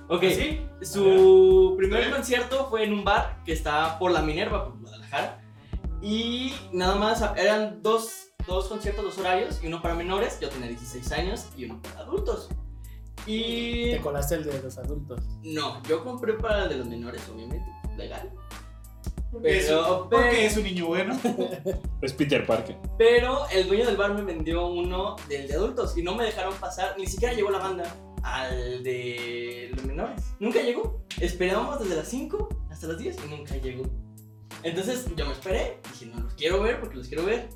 Speaker 1: Ok,
Speaker 2: ¿Sí?
Speaker 1: su primer
Speaker 2: Sí.
Speaker 1: concierto fue en un bar que está por la Minerva, por Guadalajara. Y nada más eran dos, dos conciertos, dos horarios, y uno para menores, yo tenía 16 años, y uno para adultos. Y
Speaker 5: Te colaste el de los adultos.
Speaker 1: no, yo compré para el de los menores, obviamente, legal.
Speaker 2: Pero,
Speaker 1: Pero-
Speaker 2: porque es un niño bueno.
Speaker 4: Es Peter Parker.
Speaker 1: Pero el dueño del bar me vendió uno del de adultos y no me dejaron pasar, ni siquiera llegó la banda al de los menores. Nunca llegó. Esperábamos desde las 5 hasta las 10 y nunca llegó. Entonces yo me esperé, dije, no los quiero ver porque los quiero ver.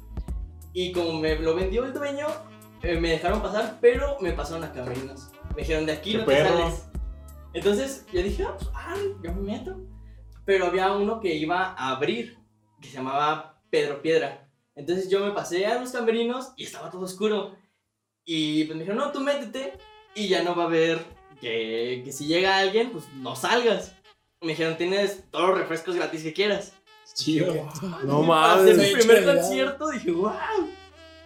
Speaker 1: Y como me lo vendió el dueño, eh, me dejaron pasar, pero me pasaron a camerinos. Me dijeron, de aquí
Speaker 4: ¡Qué
Speaker 1: no te
Speaker 4: perro!
Speaker 1: sales. Entonces yo dije, ah, pues, ah, yo me meto. Pero había uno que iba a abrir, que se llamaba Pedro Piedra. Entonces yo me pasé a los camerinos y estaba todo oscuro. Y pues me dijeron, no, tú métete y ya no va a haber que, que si llega alguien, pues no salgas. Me dijeron, tienes todos los refrescos gratis que quieras.
Speaker 4: Chido.
Speaker 3: No
Speaker 1: Para
Speaker 5: Ah,
Speaker 1: hacer mi
Speaker 3: mames.
Speaker 5: Qué
Speaker 1: primer
Speaker 5: chulada.
Speaker 1: concierto dije, wow.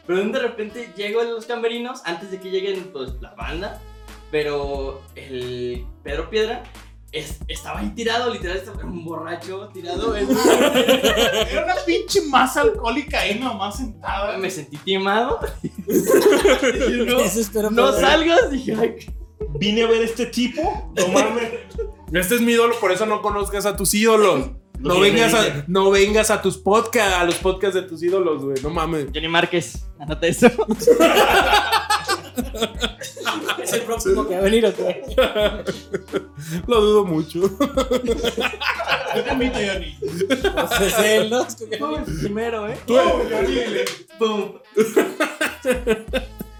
Speaker 1: Pero de repente llego a los camerinos antes de que lleguen pues la banda. Pero el Pedro Piedra es- estaba ahí tirado, literal, estaba un borracho tirado. en-
Speaker 2: Era una pinche masa alcohólica ahí nomás sentada.
Speaker 1: me sentí timado. Dije, no,
Speaker 5: Eso espero
Speaker 1: no
Speaker 5: que-
Speaker 1: salgas. Dije, ay,
Speaker 4: Vine a ver a este tipo. No mames.
Speaker 3: Este es mi ídolo, por eso no conozcas a tus ídolos. No
Speaker 4: Sí,
Speaker 3: vengas
Speaker 4: me
Speaker 3: a,
Speaker 4: dice.
Speaker 3: no vengas a tus podcasts, a los podcasts de tus ídolos, güey. No mames.
Speaker 1: Johnny Márquez, anota eso.
Speaker 5: Es el próximo que va a venir, ¿o qué?
Speaker 3: Lo dudo mucho.
Speaker 2: Yo te invito, Johnny.
Speaker 5: Pues es él, ¿no? Es que-
Speaker 1: primero, ¿eh?
Speaker 2: Tú, Johnny.
Speaker 1: Boom.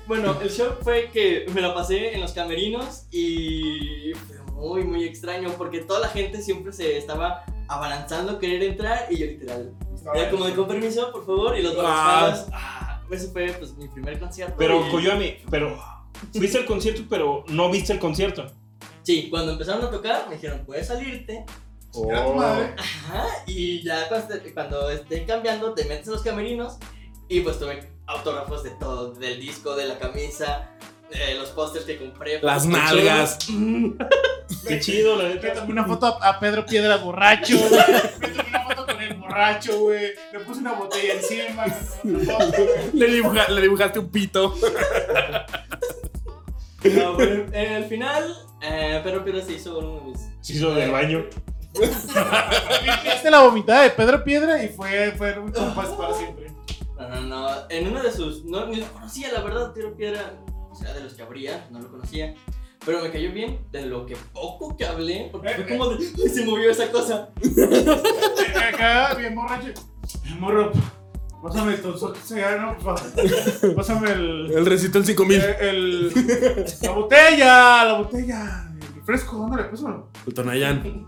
Speaker 1: bueno, el shock fue que me la pasé en los camerinos y fue muy, muy extraño porque toda la gente siempre se estaba abalanzando a querer entrar y yo literal.
Speaker 2: Ah,
Speaker 1: Era como de con permiso, por favor, y los dos
Speaker 3: Ah.
Speaker 1: Ah, ese fue pues mi primer concierto.
Speaker 4: Pero,
Speaker 1: y-
Speaker 4: Coyoami, pero. Fuiste al concierto, pero no viste el concierto.
Speaker 1: Sí, cuando empezaron a tocar me dijeron, puedes salirte.
Speaker 2: Era tu Oh. madre.
Speaker 1: Ajá, y ya cuando, esté- cuando estén cambiando te metes a los camerinos y pues tomé autógrafos de todo, del disco, de la camisa, de los pósters que compré.
Speaker 3: Las
Speaker 1: Pues,
Speaker 3: nalgas.
Speaker 1: Mm.
Speaker 4: Qué chido, la
Speaker 2: Le
Speaker 4: neta.
Speaker 2: tomé una foto a, a Pedro Piedra borracho. Le tomé una foto con el borracho, güey. Le puse una botella encima. le tomé una foto, güey.
Speaker 3: Le, dibuja- le dibujaste un pito.
Speaker 1: No, pero en el final, eh, Pedro Piedra se hizo uno de mis...
Speaker 4: Se hizo del baño.
Speaker 2: Limpiaste la vomitada de Pedro Piedra y fue, fue un compás para siempre.
Speaker 1: No, no, no, en uno de sus... No, ni lo conocía, la verdad, Pedro Piedra o sea, de los que habría, no lo conocía. Pero me cayó bien de lo que poco que hablé, porque fue como de, "Ay, se movió esa cosa.
Speaker 2: Acá, bien borracho. Morro, pásame el tonzote cegano, por favor. pues, Pásame el.
Speaker 3: El recito en 5000.
Speaker 2: el- el- la botella, la botella. fresco, ¿dónde le puso?
Speaker 3: El Tonayán.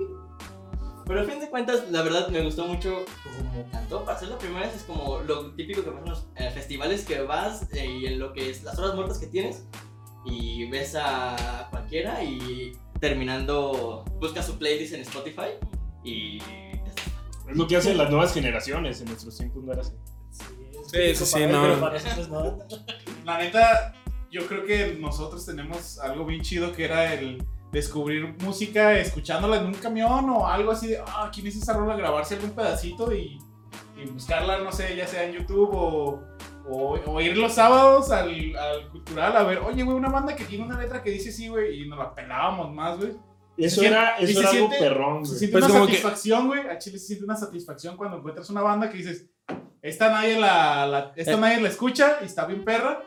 Speaker 1: Pero a fin de cuentas, la verdad me gustó mucho como cantó. Para ser la primera vez es como lo típico que pasa en los eh, festivales que vas eh, y en lo que es las horas muertas que tienes. Y ves a cualquiera y terminando buscas su playlist en Spotify y...
Speaker 4: Es lo que hacen las nuevas generaciones. En nuestros tiempos no era así.
Speaker 3: Sí, sí, sí, no.
Speaker 6: Pero para nosotros no.
Speaker 2: La neta, yo creo que nosotros tenemos algo bien chido que era el descubrir música escuchándola en un camión o algo así de, ah, ¿quién hizo esa rola? Grabarse algún pedacito y, y buscarla, no sé, ya sea en YouTube o, o, o ir los sábados al, al cultural a ver, oye, güey, una banda que tiene una letra que dice sí, güey, y nos la pelábamos más, güey.
Speaker 4: Eso
Speaker 2: Sí,
Speaker 4: era,
Speaker 2: y
Speaker 4: eso
Speaker 2: se
Speaker 4: era algo
Speaker 2: siente-
Speaker 4: perrón,
Speaker 2: Se
Speaker 4: güey.
Speaker 2: siente
Speaker 3: Pues
Speaker 2: una
Speaker 3: como que-
Speaker 2: satisfacción, güey. A Chile se siente una satisfacción cuando encuentras una banda que dices, esta nadie la, la- esta
Speaker 3: Eh.
Speaker 2: nadie la escucha y está bien perra,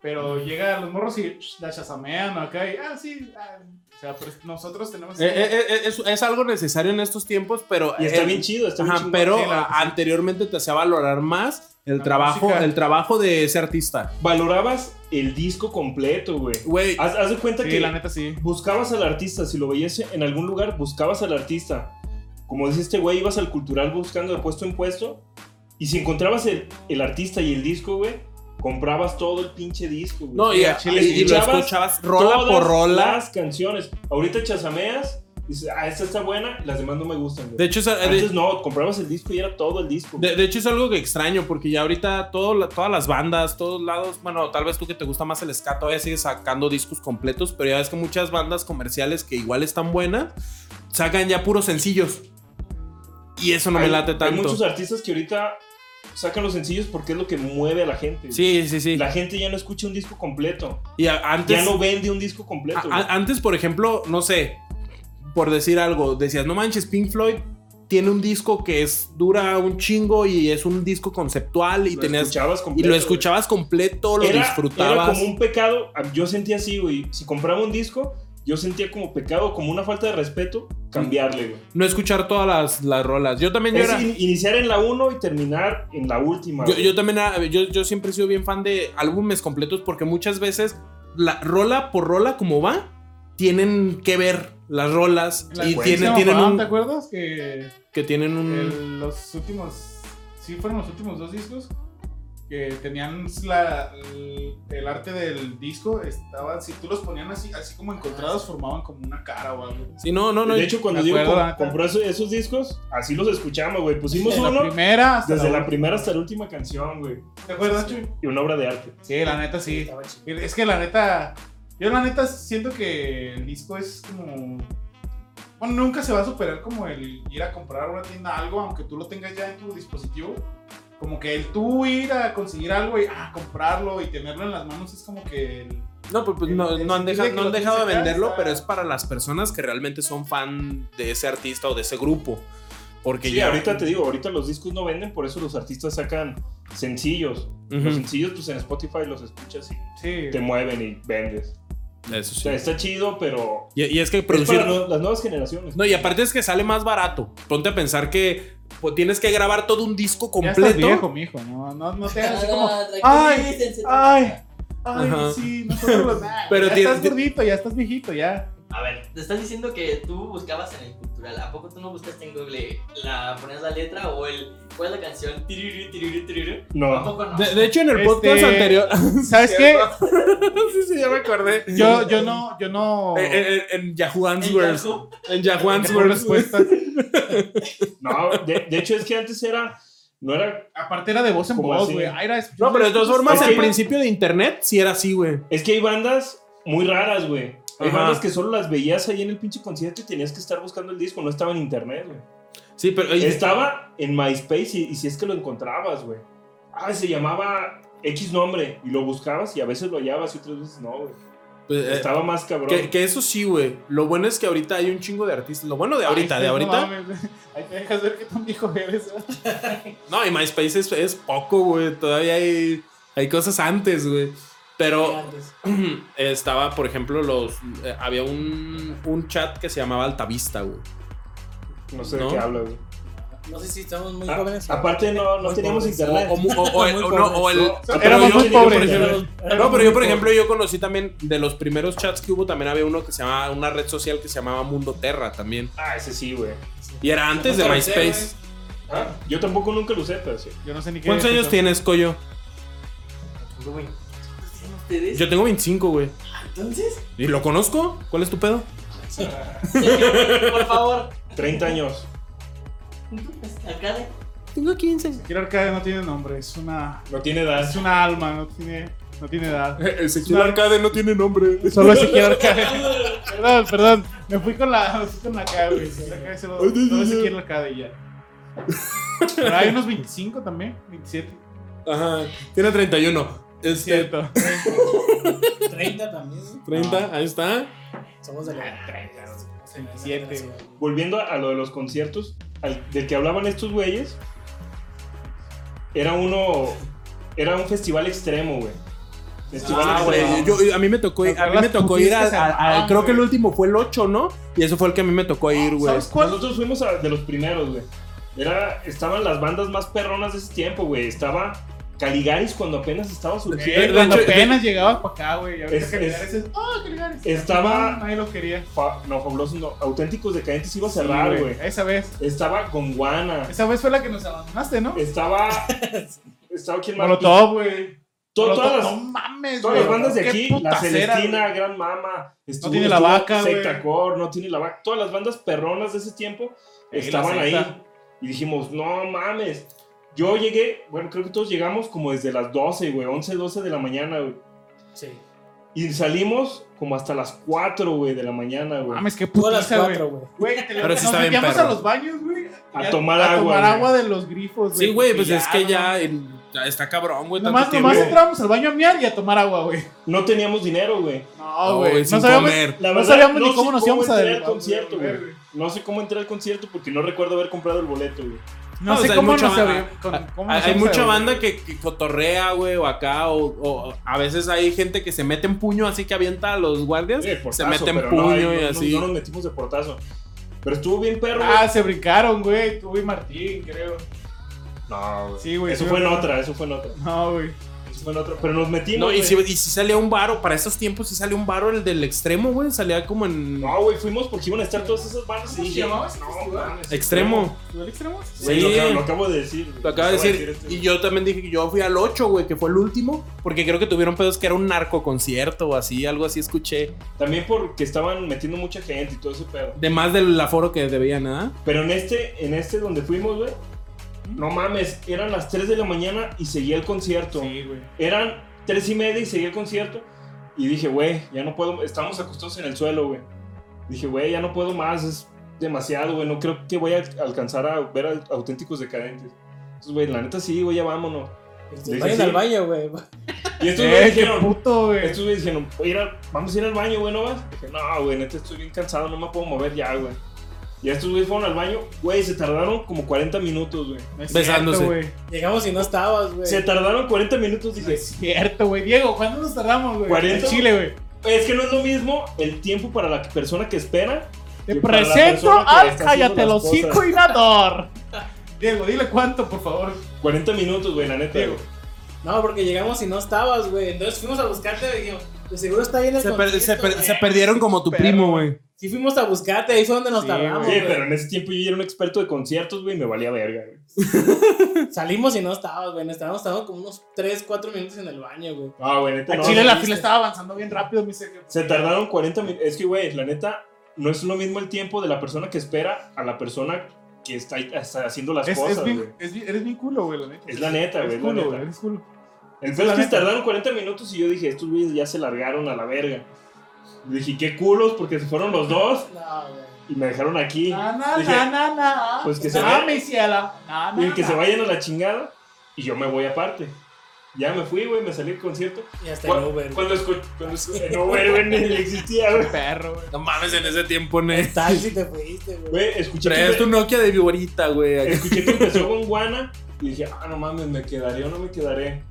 Speaker 2: pero llega a los morros y psh, la chasamean o acá y, ah, sí. ah". O sea, pero nosotros tenemos...
Speaker 3: Eh, eh, eh, es, es algo necesario en estos tiempos, pero.
Speaker 4: Y está
Speaker 3: eh,
Speaker 4: bien chido, está bien
Speaker 3: ajá,
Speaker 4: chingón.
Speaker 3: pero
Speaker 2: Sí, la-
Speaker 3: a- anteriormente te hacía valorar más el
Speaker 2: La
Speaker 3: trabajo,
Speaker 2: música.
Speaker 3: el trabajo de ese artista. Ah,
Speaker 4: Valorabas el disco completo, güey.
Speaker 3: Güey,
Speaker 4: Haz, haz de cuenta
Speaker 2: sí,
Speaker 4: que
Speaker 2: la neta sí.
Speaker 4: buscabas al artista, si lo veías en algún lugar, buscabas al artista. Como decía este güey, ibas al cultural buscando de puesto en puesto. Y si encontrabas el, el artista y el disco, güey, comprabas todo el pinche disco, güey.
Speaker 3: no, y,
Speaker 2: sí, a Chile
Speaker 3: y- y lo
Speaker 4: escuchabas
Speaker 3: escuchabas rola por
Speaker 4: Todas
Speaker 3: rola.
Speaker 4: Las canciones. Ahorita chasameas, dices, ah, esta está buena, las demás no me gustan, güey.
Speaker 3: De hecho, esa- de-
Speaker 4: Antes no, comprabas el disco y era todo el disco.
Speaker 3: De, de hecho es algo que extraño porque ya ahorita todo la- todas las bandas, todos lados, bueno, tal vez tú que te gusta más el ska todavía sigues sacando discos completos, pero ya ves que muchas bandas comerciales que igual están buenas sacan ya puros sencillos. Y eso no me
Speaker 4: Hay-
Speaker 3: late
Speaker 4: Hay
Speaker 3: tanto.
Speaker 4: muchos artistas que ahorita sacan los sencillos porque es lo que mueve a la gente.
Speaker 3: Sí, sí, sí.
Speaker 4: La gente ya no escucha un disco completo.
Speaker 3: Y a- antes
Speaker 4: Ya no vende un disco completo.
Speaker 3: A-
Speaker 4: güey.
Speaker 3: a- antes, por ejemplo, no sé, por decir algo, decías, no manches, Pink Floyd tiene un disco que es dura un chingo y es un disco conceptual y
Speaker 4: Lo
Speaker 3: tenías
Speaker 4: escuchabas
Speaker 3: y
Speaker 4: completo,
Speaker 3: lo
Speaker 4: güey.
Speaker 3: escuchabas completo, lo
Speaker 4: Era-
Speaker 3: disfrutabas.
Speaker 4: Era como un pecado. Yo sentía así, güey. Si compraba un disco, yo sentía como pecado, como una falta de respeto, cambiarle, güey.
Speaker 3: no escuchar todas las, las rolas. Yo también yo
Speaker 4: Es
Speaker 3: era.
Speaker 4: in- iniciar en la 1 y terminar en la última.
Speaker 3: Yo,
Speaker 4: güey.
Speaker 3: yo también era- yo, yo siempre he sido bien fan de álbumes completos porque muchas veces la rola por rola como va tienen que ver las rolas
Speaker 2: La
Speaker 3: y
Speaker 2: Queen
Speaker 3: tienen,
Speaker 2: se
Speaker 3: tienen
Speaker 2: llamaban, ¿Te
Speaker 3: un,
Speaker 2: acuerdas que
Speaker 3: que tienen un
Speaker 2: el- los últimos... Sí, fueron los últimos dos discos que tenían la, el, el arte del disco. Estaban, si tú los ponían así, así como
Speaker 3: Ah,
Speaker 2: encontrados, formaban como una cara o algo.
Speaker 3: Sí, no, no, no.
Speaker 4: de hecho, cuando
Speaker 2: me
Speaker 4: digo
Speaker 2: acuerdo,
Speaker 4: com-
Speaker 2: la neta.
Speaker 4: compró eso- esos discos, así los escuchamos, güey. Pusimos
Speaker 2: Desde la
Speaker 4: uno
Speaker 2: primera hasta
Speaker 4: desde la
Speaker 2: última.
Speaker 4: primera hasta la última canción, güey.
Speaker 2: ¿Te acuerdas, Chuy?
Speaker 4: Y una obra de arte.
Speaker 2: Sí, la neta sí.
Speaker 6: Estaba chido.
Speaker 2: Es que la neta. Yo la neta siento que el disco es como. Bueno, nunca se va a superar como el ir a comprar a una tienda algo, aunque tú lo tengas ya en tu dispositivo. Como que el tú ir a conseguir algo y ah, comprarlo y tenerlo en las manos es como que. el-
Speaker 3: No, pues, pues,
Speaker 2: el-
Speaker 3: no,
Speaker 2: el
Speaker 3: no han
Speaker 2: sentido
Speaker 3: dejado,
Speaker 2: de que
Speaker 3: no han
Speaker 2: lo tienes
Speaker 3: dejado de
Speaker 2: acá
Speaker 3: venderlo,
Speaker 2: está-
Speaker 3: pero es para las personas que realmente son fan de ese artista o de ese grupo. Porque
Speaker 4: Sí,
Speaker 3: ya.
Speaker 4: ahorita te digo, ahorita los discos no venden, por eso los artistas sacan sencillos. Los
Speaker 3: Ujú,
Speaker 4: sencillos, pues en Spotify los escuchas y
Speaker 2: Sí.
Speaker 4: te mueven y vendes.
Speaker 3: eso
Speaker 4: O
Speaker 3: sí.
Speaker 4: sea, está chido, pero.
Speaker 3: Y, y es que
Speaker 4: Es
Speaker 3: producir.
Speaker 4: para no- las nuevas generaciones.
Speaker 3: No, y aparte es que sale más barato. Ponte a pensar que pues, tienes que grabar todo un disco
Speaker 2: Ya estás viejo,
Speaker 3: completo.
Speaker 2: mijo. No, no, no te hagas así como.
Speaker 6: Ah,
Speaker 2: ¡Ay! ah.
Speaker 6: tranquilícense.
Speaker 2: ¡Ay! ¡Ay!
Speaker 3: Ajá.
Speaker 2: Sí, nosotros los. nah,
Speaker 3: Pero
Speaker 2: ya
Speaker 3: ti-
Speaker 2: estás
Speaker 3: ti-
Speaker 2: gordito, ya estás viejito, ya.
Speaker 1: A ver, te estás diciendo que tú buscabas en el cultural. ¿A poco tú no buscaste en Google la ponías la letra o el cuál es la canción? Tiriri, tiriri, tiriri. ¿A
Speaker 4: No.
Speaker 1: poco no?
Speaker 3: De, de hecho, en el
Speaker 2: Este-
Speaker 3: podcast anterior.
Speaker 2: ¿Sabes qué?
Speaker 3: sí, sí, ya me acordé.
Speaker 2: Yo, yo no. Yo no.
Speaker 3: Eh, eh, eh, en Yahoo
Speaker 1: En
Speaker 3: Answers.
Speaker 1: Yahoo.
Speaker 3: En Yahoo
Speaker 2: tengo
Speaker 3: Answers.
Speaker 2: respuestas.
Speaker 4: No, de, de hecho es que antes era. No era.
Speaker 2: Aparte era de voz en
Speaker 4: ¿Cómo
Speaker 2: voz,
Speaker 4: así?
Speaker 2: güey. Ah, era-
Speaker 3: No, pero de todas formas,
Speaker 4: Es
Speaker 3: al
Speaker 4: que-
Speaker 3: principio de internet sí era así, güey.
Speaker 4: Es que hay bandas muy raras, güey. Hay
Speaker 3: Ajá.
Speaker 4: bandas que solo las veías ahí en el pinche concierto y tenías que estar buscando el disco. No estaba en internet, güey.
Speaker 3: Sí, pero.
Speaker 4: Estaba en MySpace y, y si es que lo encontrabas, güey. Ah, se llamaba X nombre y lo buscabas y a veces lo hallabas y otras veces no, güey.
Speaker 3: pues, eh,
Speaker 4: Estaba más cabrón.
Speaker 3: Que, que eso sí, güey. Lo bueno es que ahorita hay un chingo de artistas. Lo bueno de ahorita,
Speaker 2: Ay,
Speaker 3: de
Speaker 2: no
Speaker 3: ahorita.
Speaker 2: mames. Ahí te dejas ver qué tan viejo eres. ¿eh?
Speaker 3: No, y MySpace es, es poco, güey. Todavía hay, hay cosas antes, güey. Pero
Speaker 6: Antes.
Speaker 3: estaba, por ejemplo, los. eh, había un, un chat que se llamaba Altavista, güey.
Speaker 4: No sé
Speaker 3: ¿No?
Speaker 4: de qué hablas, güey.
Speaker 5: No sé si estamos muy
Speaker 4: Ah,
Speaker 5: jóvenes.
Speaker 4: Aparte, no, no
Speaker 5: Muy
Speaker 4: teníamos
Speaker 5: pobres.
Speaker 4: internet.
Speaker 3: O, mu- o- o el, o no, o el-
Speaker 2: No,
Speaker 3: pero
Speaker 2: éramos
Speaker 3: yo-
Speaker 2: muy
Speaker 3: yo, por
Speaker 2: pobres.
Speaker 3: ejemplo,
Speaker 5: Éramos-
Speaker 3: no,
Speaker 5: éramos
Speaker 3: pero yo,
Speaker 5: muy
Speaker 3: por ejemplo, yo conocí también de los primeros chats que hubo, también había uno que se llamaba, una red social que se llamaba Mundo Terra también.
Speaker 4: Ah, ese sí, güey.
Speaker 3: Y era antes de
Speaker 1: Mundo
Speaker 3: MySpace.
Speaker 4: Ah, yo tampoco nunca lo usé, pero sí.
Speaker 2: Yo no sé ni qué.
Speaker 3: ¿Cuántos
Speaker 2: es
Speaker 3: años
Speaker 2: eso.
Speaker 3: tienes, Coyo?
Speaker 1: Tengo 28, ¿tienen ustedes?
Speaker 3: Yo tengo 25, güey.
Speaker 1: Entonces,
Speaker 3: ¿Y lo conozco? ¿Cuál es tu pedo?
Speaker 1: Sergio, por favor,
Speaker 4: 30 años.
Speaker 1: Arcade.
Speaker 3: Tengo 15.
Speaker 2: Kira Arcade no tiene nombre, es una.
Speaker 4: No tiene edad.
Speaker 2: Es una alma, no tiene, no tiene edad.
Speaker 3: Ezequiel
Speaker 2: No.
Speaker 3: Arcade no tiene nombre.
Speaker 2: Solo ese Kira Arcade. perdón, perdón. Me fui con la, me fui con la K, güey. La K solo, solo ese Kira Arcade y ya. Pero hay unos 25 también, 27.
Speaker 3: Ajá. Tiene 31. Este,
Speaker 2: Cierto.
Speaker 5: 30 también.
Speaker 3: 30, ahí está.
Speaker 5: Somos de la.
Speaker 2: 37, güey.
Speaker 4: Volviendo a lo de los conciertos, al- del que hablaban estos güeyes, era uno. Era un festival extremo, güey. Festival
Speaker 1: Ah,
Speaker 4: extremo.
Speaker 1: güey,
Speaker 3: Yo- yo- a mí me tocó ir, a mí me tocó ir a, a- a- creo que el último fue el 8, ¿no? Y eso fue el que a mí me tocó ir, güey.
Speaker 2: ¿Sabes cuál?
Speaker 4: Nosotros fuimos a- de los primeros, güey. Era, estaban las bandas más perronas de ese tiempo, güey. Estaba Caligaris cuando apenas estaba surgiendo.
Speaker 2: Eh,
Speaker 3: de
Speaker 2: cuando
Speaker 3: hecho,
Speaker 2: apenas llegaba para acá, güey. Y ahorita
Speaker 4: Es-
Speaker 2: Caligares es. ¡Ah, Caligares!
Speaker 4: estaba-
Speaker 2: No, Nadie lo quería.
Speaker 4: Fa- no, fabulosos, no. Auténticos Decadentes iba a
Speaker 2: Sí,
Speaker 4: cerrar, güey.
Speaker 2: Esa vez.
Speaker 4: Estaba Gonguana.
Speaker 2: Esa vez fue la que nos abandonaste, ¿no?
Speaker 4: Estaba. estaba quien más.
Speaker 2: Molotov, güey.
Speaker 4: To-
Speaker 2: Molotov,
Speaker 4: todas
Speaker 2: No
Speaker 4: las,
Speaker 2: mames,
Speaker 4: todas las
Speaker 2: güey.
Speaker 4: bandas de
Speaker 2: Qué
Speaker 4: aquí, la
Speaker 2: putacera,
Speaker 4: Celestina,
Speaker 2: güey.
Speaker 4: Gran Mama, estuvo,
Speaker 2: tiene la
Speaker 4: estuvo
Speaker 2: vaca, güey.
Speaker 4: Secta Core, no tiene la vaca. Todas las bandas perronas de ese tiempo
Speaker 2: Sí,
Speaker 4: estaban
Speaker 2: Eh, la
Speaker 4: ahí.
Speaker 2: Secta.
Speaker 4: Y dijimos, no mames. Yo llegué, bueno, creo que todos llegamos como desde las 12, güey, 11, 12 de la mañana, güey.
Speaker 5: Sí.
Speaker 4: Y salimos como hasta las 4, güey, de la mañana, güey.
Speaker 2: Mames, qué
Speaker 5: Tú a las
Speaker 2: putiza, güey.
Speaker 5: 4, güey.
Speaker 2: Güey, te-
Speaker 3: Pero sí
Speaker 2: nos
Speaker 3: está bien
Speaker 2: metíamos
Speaker 3: perro.
Speaker 2: a los baños, güey.
Speaker 4: A
Speaker 2: y
Speaker 4: tomar
Speaker 2: a
Speaker 4: agua,
Speaker 2: tomar
Speaker 4: güey.
Speaker 2: agua de los grifos, güey.
Speaker 3: Sí, güey, pues
Speaker 2: Y
Speaker 3: es que
Speaker 2: no
Speaker 3: ya
Speaker 2: mames.
Speaker 3: el- ya está cabrón, güey. tanto
Speaker 2: Nomás,
Speaker 3: tiempo.
Speaker 2: nomás entrábamos al baño a miar y a tomar agua, güey.
Speaker 4: No teníamos dinero, güey.
Speaker 2: No,
Speaker 3: No,
Speaker 2: güey.
Speaker 3: sin
Speaker 2: No sabíamos.
Speaker 3: comer.
Speaker 4: La
Speaker 2: No
Speaker 4: verdad,
Speaker 2: sabíamos ni
Speaker 4: sé
Speaker 2: cómo nos íbamos a
Speaker 4: entré al
Speaker 2: devolver,
Speaker 4: concierto, güey.
Speaker 2: güey.
Speaker 4: No sé cómo entré al concierto porque no recuerdo haber comprado el boleto, güey.
Speaker 2: No
Speaker 3: o sea,
Speaker 2: sé
Speaker 3: hay
Speaker 2: cómo
Speaker 3: mucha
Speaker 2: nos
Speaker 3: banda-
Speaker 2: abri- con- cómo
Speaker 3: Hay,
Speaker 2: nos
Speaker 3: hay
Speaker 2: íbamos a
Speaker 3: mucha
Speaker 2: devolver.
Speaker 3: banda que, que cotorrea, güey, o acá, o, o a veces hay gente que se mete en puño así que avienta a los guardias,
Speaker 4: Sí, de portazo,
Speaker 3: se mete en
Speaker 4: pero
Speaker 3: puño
Speaker 4: no, ahí
Speaker 3: y
Speaker 4: no- no-
Speaker 3: así.
Speaker 4: No, nos metimos de portazo. Pero estuvo bien perro.
Speaker 2: Ah, se brincaron, güey. Tú y Martín, creo.
Speaker 4: güey. no, güey.
Speaker 2: Sí, güey.
Speaker 4: Eso
Speaker 2: sí,
Speaker 4: fue en
Speaker 2: güey.
Speaker 4: otra, eso fue en otra.
Speaker 2: No, güey.
Speaker 4: Eso fue en otra. Pero nos metimos.
Speaker 3: No, y
Speaker 4: güey.
Speaker 3: si, y si salía un varo, para esos tiempos sí salía un varo el del extremo, güey, salía como en
Speaker 4: No, güey, fuimos porque iban a estar todas esas bandas.
Speaker 2: ¿Cómo
Speaker 4: y
Speaker 2: se
Speaker 4: dije,
Speaker 2: llamaba ese
Speaker 4: no,
Speaker 2: festival?
Speaker 4: mames,
Speaker 3: extremo.
Speaker 2: ¿Tú al extremo?
Speaker 4: Güey, lo,
Speaker 3: Sí.
Speaker 4: acabo, lo acabo de decir. güey.
Speaker 3: Lo acaba de
Speaker 4: Acabo
Speaker 3: decir.
Speaker 4: este-
Speaker 3: Y yo también dije que yo fui al 8, güey, que fue el último, porque creo que tuvieron pedos que era un narco concierto o así, algo así escuché.
Speaker 4: También porque estaban metiendo mucha gente y todo ese pedo.
Speaker 3: De más del aforo que debían, ¿ah? nada.
Speaker 4: Pero en este, en este donde fuimos, güey. No mames, eran las 3 de la mañana y seguía el concierto.
Speaker 2: Sí, güey.
Speaker 4: Eran 3 y media y seguía el concierto. Y dije, güey, ya no puedo. Estábamos acostados en el suelo, güey. Dije, güey, ya no puedo más. Es demasiado, güey. No creo que voy a alcanzar a ver a auténticos decadentes. Entonces, güey, la neta sí, güey, ya vámonos. Dije,
Speaker 5: Vayan
Speaker 4: sí.
Speaker 5: al baño, güey.
Speaker 4: Y estos me
Speaker 2: Eh, qué
Speaker 4: dijeron,
Speaker 2: puto, güey.
Speaker 4: estos me dijeron, "Oye, ir al- vamos a ir al baño, güey, ¿no vas? Dije, no, güey, neta estoy bien cansado, no me puedo mover ya, güey. Y estos güey fueron al baño, güey, se tardaron como 40 minutos, güey.
Speaker 2: No es
Speaker 3: Besándose.
Speaker 2: cierto, güey.
Speaker 5: Llegamos y no estabas, güey.
Speaker 4: Se tardaron 40 minutos,
Speaker 2: No
Speaker 4: dije,
Speaker 2: es cierto, güey. Diego, ¿cuándo nos tardamos, güey?
Speaker 4: 40.
Speaker 2: En Chile, güey.
Speaker 4: es que no es lo mismo el tiempo para la persona que espera
Speaker 2: Te
Speaker 4: Y para la
Speaker 2: presento
Speaker 4: persona que
Speaker 2: al
Speaker 4: está haciendo
Speaker 2: Cállate
Speaker 4: las
Speaker 2: los cinco
Speaker 4: cosas.
Speaker 2: y nador. Diego, dile cuánto, por favor.
Speaker 4: 40 minutos, güey, la neta.
Speaker 2: Diego.
Speaker 4: güey.
Speaker 5: No, porque llegamos y no estabas, güey. Entonces fuimos a buscarte y dijimos, de seguro está ahí en el
Speaker 3: Se, per-
Speaker 5: concierto,
Speaker 3: se per-
Speaker 5: güey.
Speaker 3: se perdieron como tu
Speaker 2: Perro.
Speaker 3: primo, güey.
Speaker 5: Sí fuimos a buscarte, ahí fue donde nos
Speaker 2: Sí,
Speaker 5: tardamos,
Speaker 4: Sí,
Speaker 5: güey.
Speaker 4: pero en ese tiempo yo ya era un experto de conciertos, güey, y me valía verga, güey.
Speaker 5: Salimos y no estabas, güey. Nos estábamos tardando como unos 3, 4 minutos en el baño, güey.
Speaker 4: Ah, güey, neta,
Speaker 2: En
Speaker 4: no.
Speaker 2: Chile
Speaker 5: sí,
Speaker 2: la
Speaker 5: sí.
Speaker 2: fila estaba avanzando bien rápido, mi Sergio.
Speaker 4: Se tardaron 40 minutos. Es que, güey, la neta, no es lo mismo el tiempo de la persona que espera a la persona que está, está haciendo las
Speaker 2: Es,
Speaker 4: cosas,
Speaker 2: es
Speaker 4: güey.
Speaker 2: bien, es bien- eres bien culo, güey, la neta.
Speaker 4: Es la neta, güey,
Speaker 2: Eres
Speaker 4: es la
Speaker 2: culo,
Speaker 4: neta.
Speaker 2: güey. Eres culo.
Speaker 4: El pedo
Speaker 2: la
Speaker 4: es que
Speaker 2: neta.
Speaker 4: tardaron 40 minutos y yo dije, estos güeyes ya se largaron a la verga. Y dije, qué culos, porque se fueron los dos
Speaker 5: No, güey.
Speaker 4: y me dejaron aquí.
Speaker 2: Na, na,
Speaker 4: Dije,
Speaker 2: na, na, na.
Speaker 4: pues que se
Speaker 2: Na,
Speaker 4: vaya.
Speaker 2: mi ciela. Na, na,
Speaker 4: Y que
Speaker 2: na.
Speaker 4: se vayan a la chingada y yo me voy aparte. Ya me fui, güey, me salí del concierto.
Speaker 5: Y hasta
Speaker 4: Cu-
Speaker 5: el Uber, güey.
Speaker 4: Cuando escuché, cuando escuché, no, güey, güey, ni existía, güey.
Speaker 2: Perro, güey.
Speaker 3: No mames, en ese tiempo, ne.
Speaker 5: En taxi te fuiste, güey.
Speaker 4: Güey, escuché
Speaker 3: Traías tu
Speaker 4: que,
Speaker 3: Nokia de viborita, güey.
Speaker 4: escuché que empezó con Guana y dije, ah, no mames, me quedaré o no me quedaré.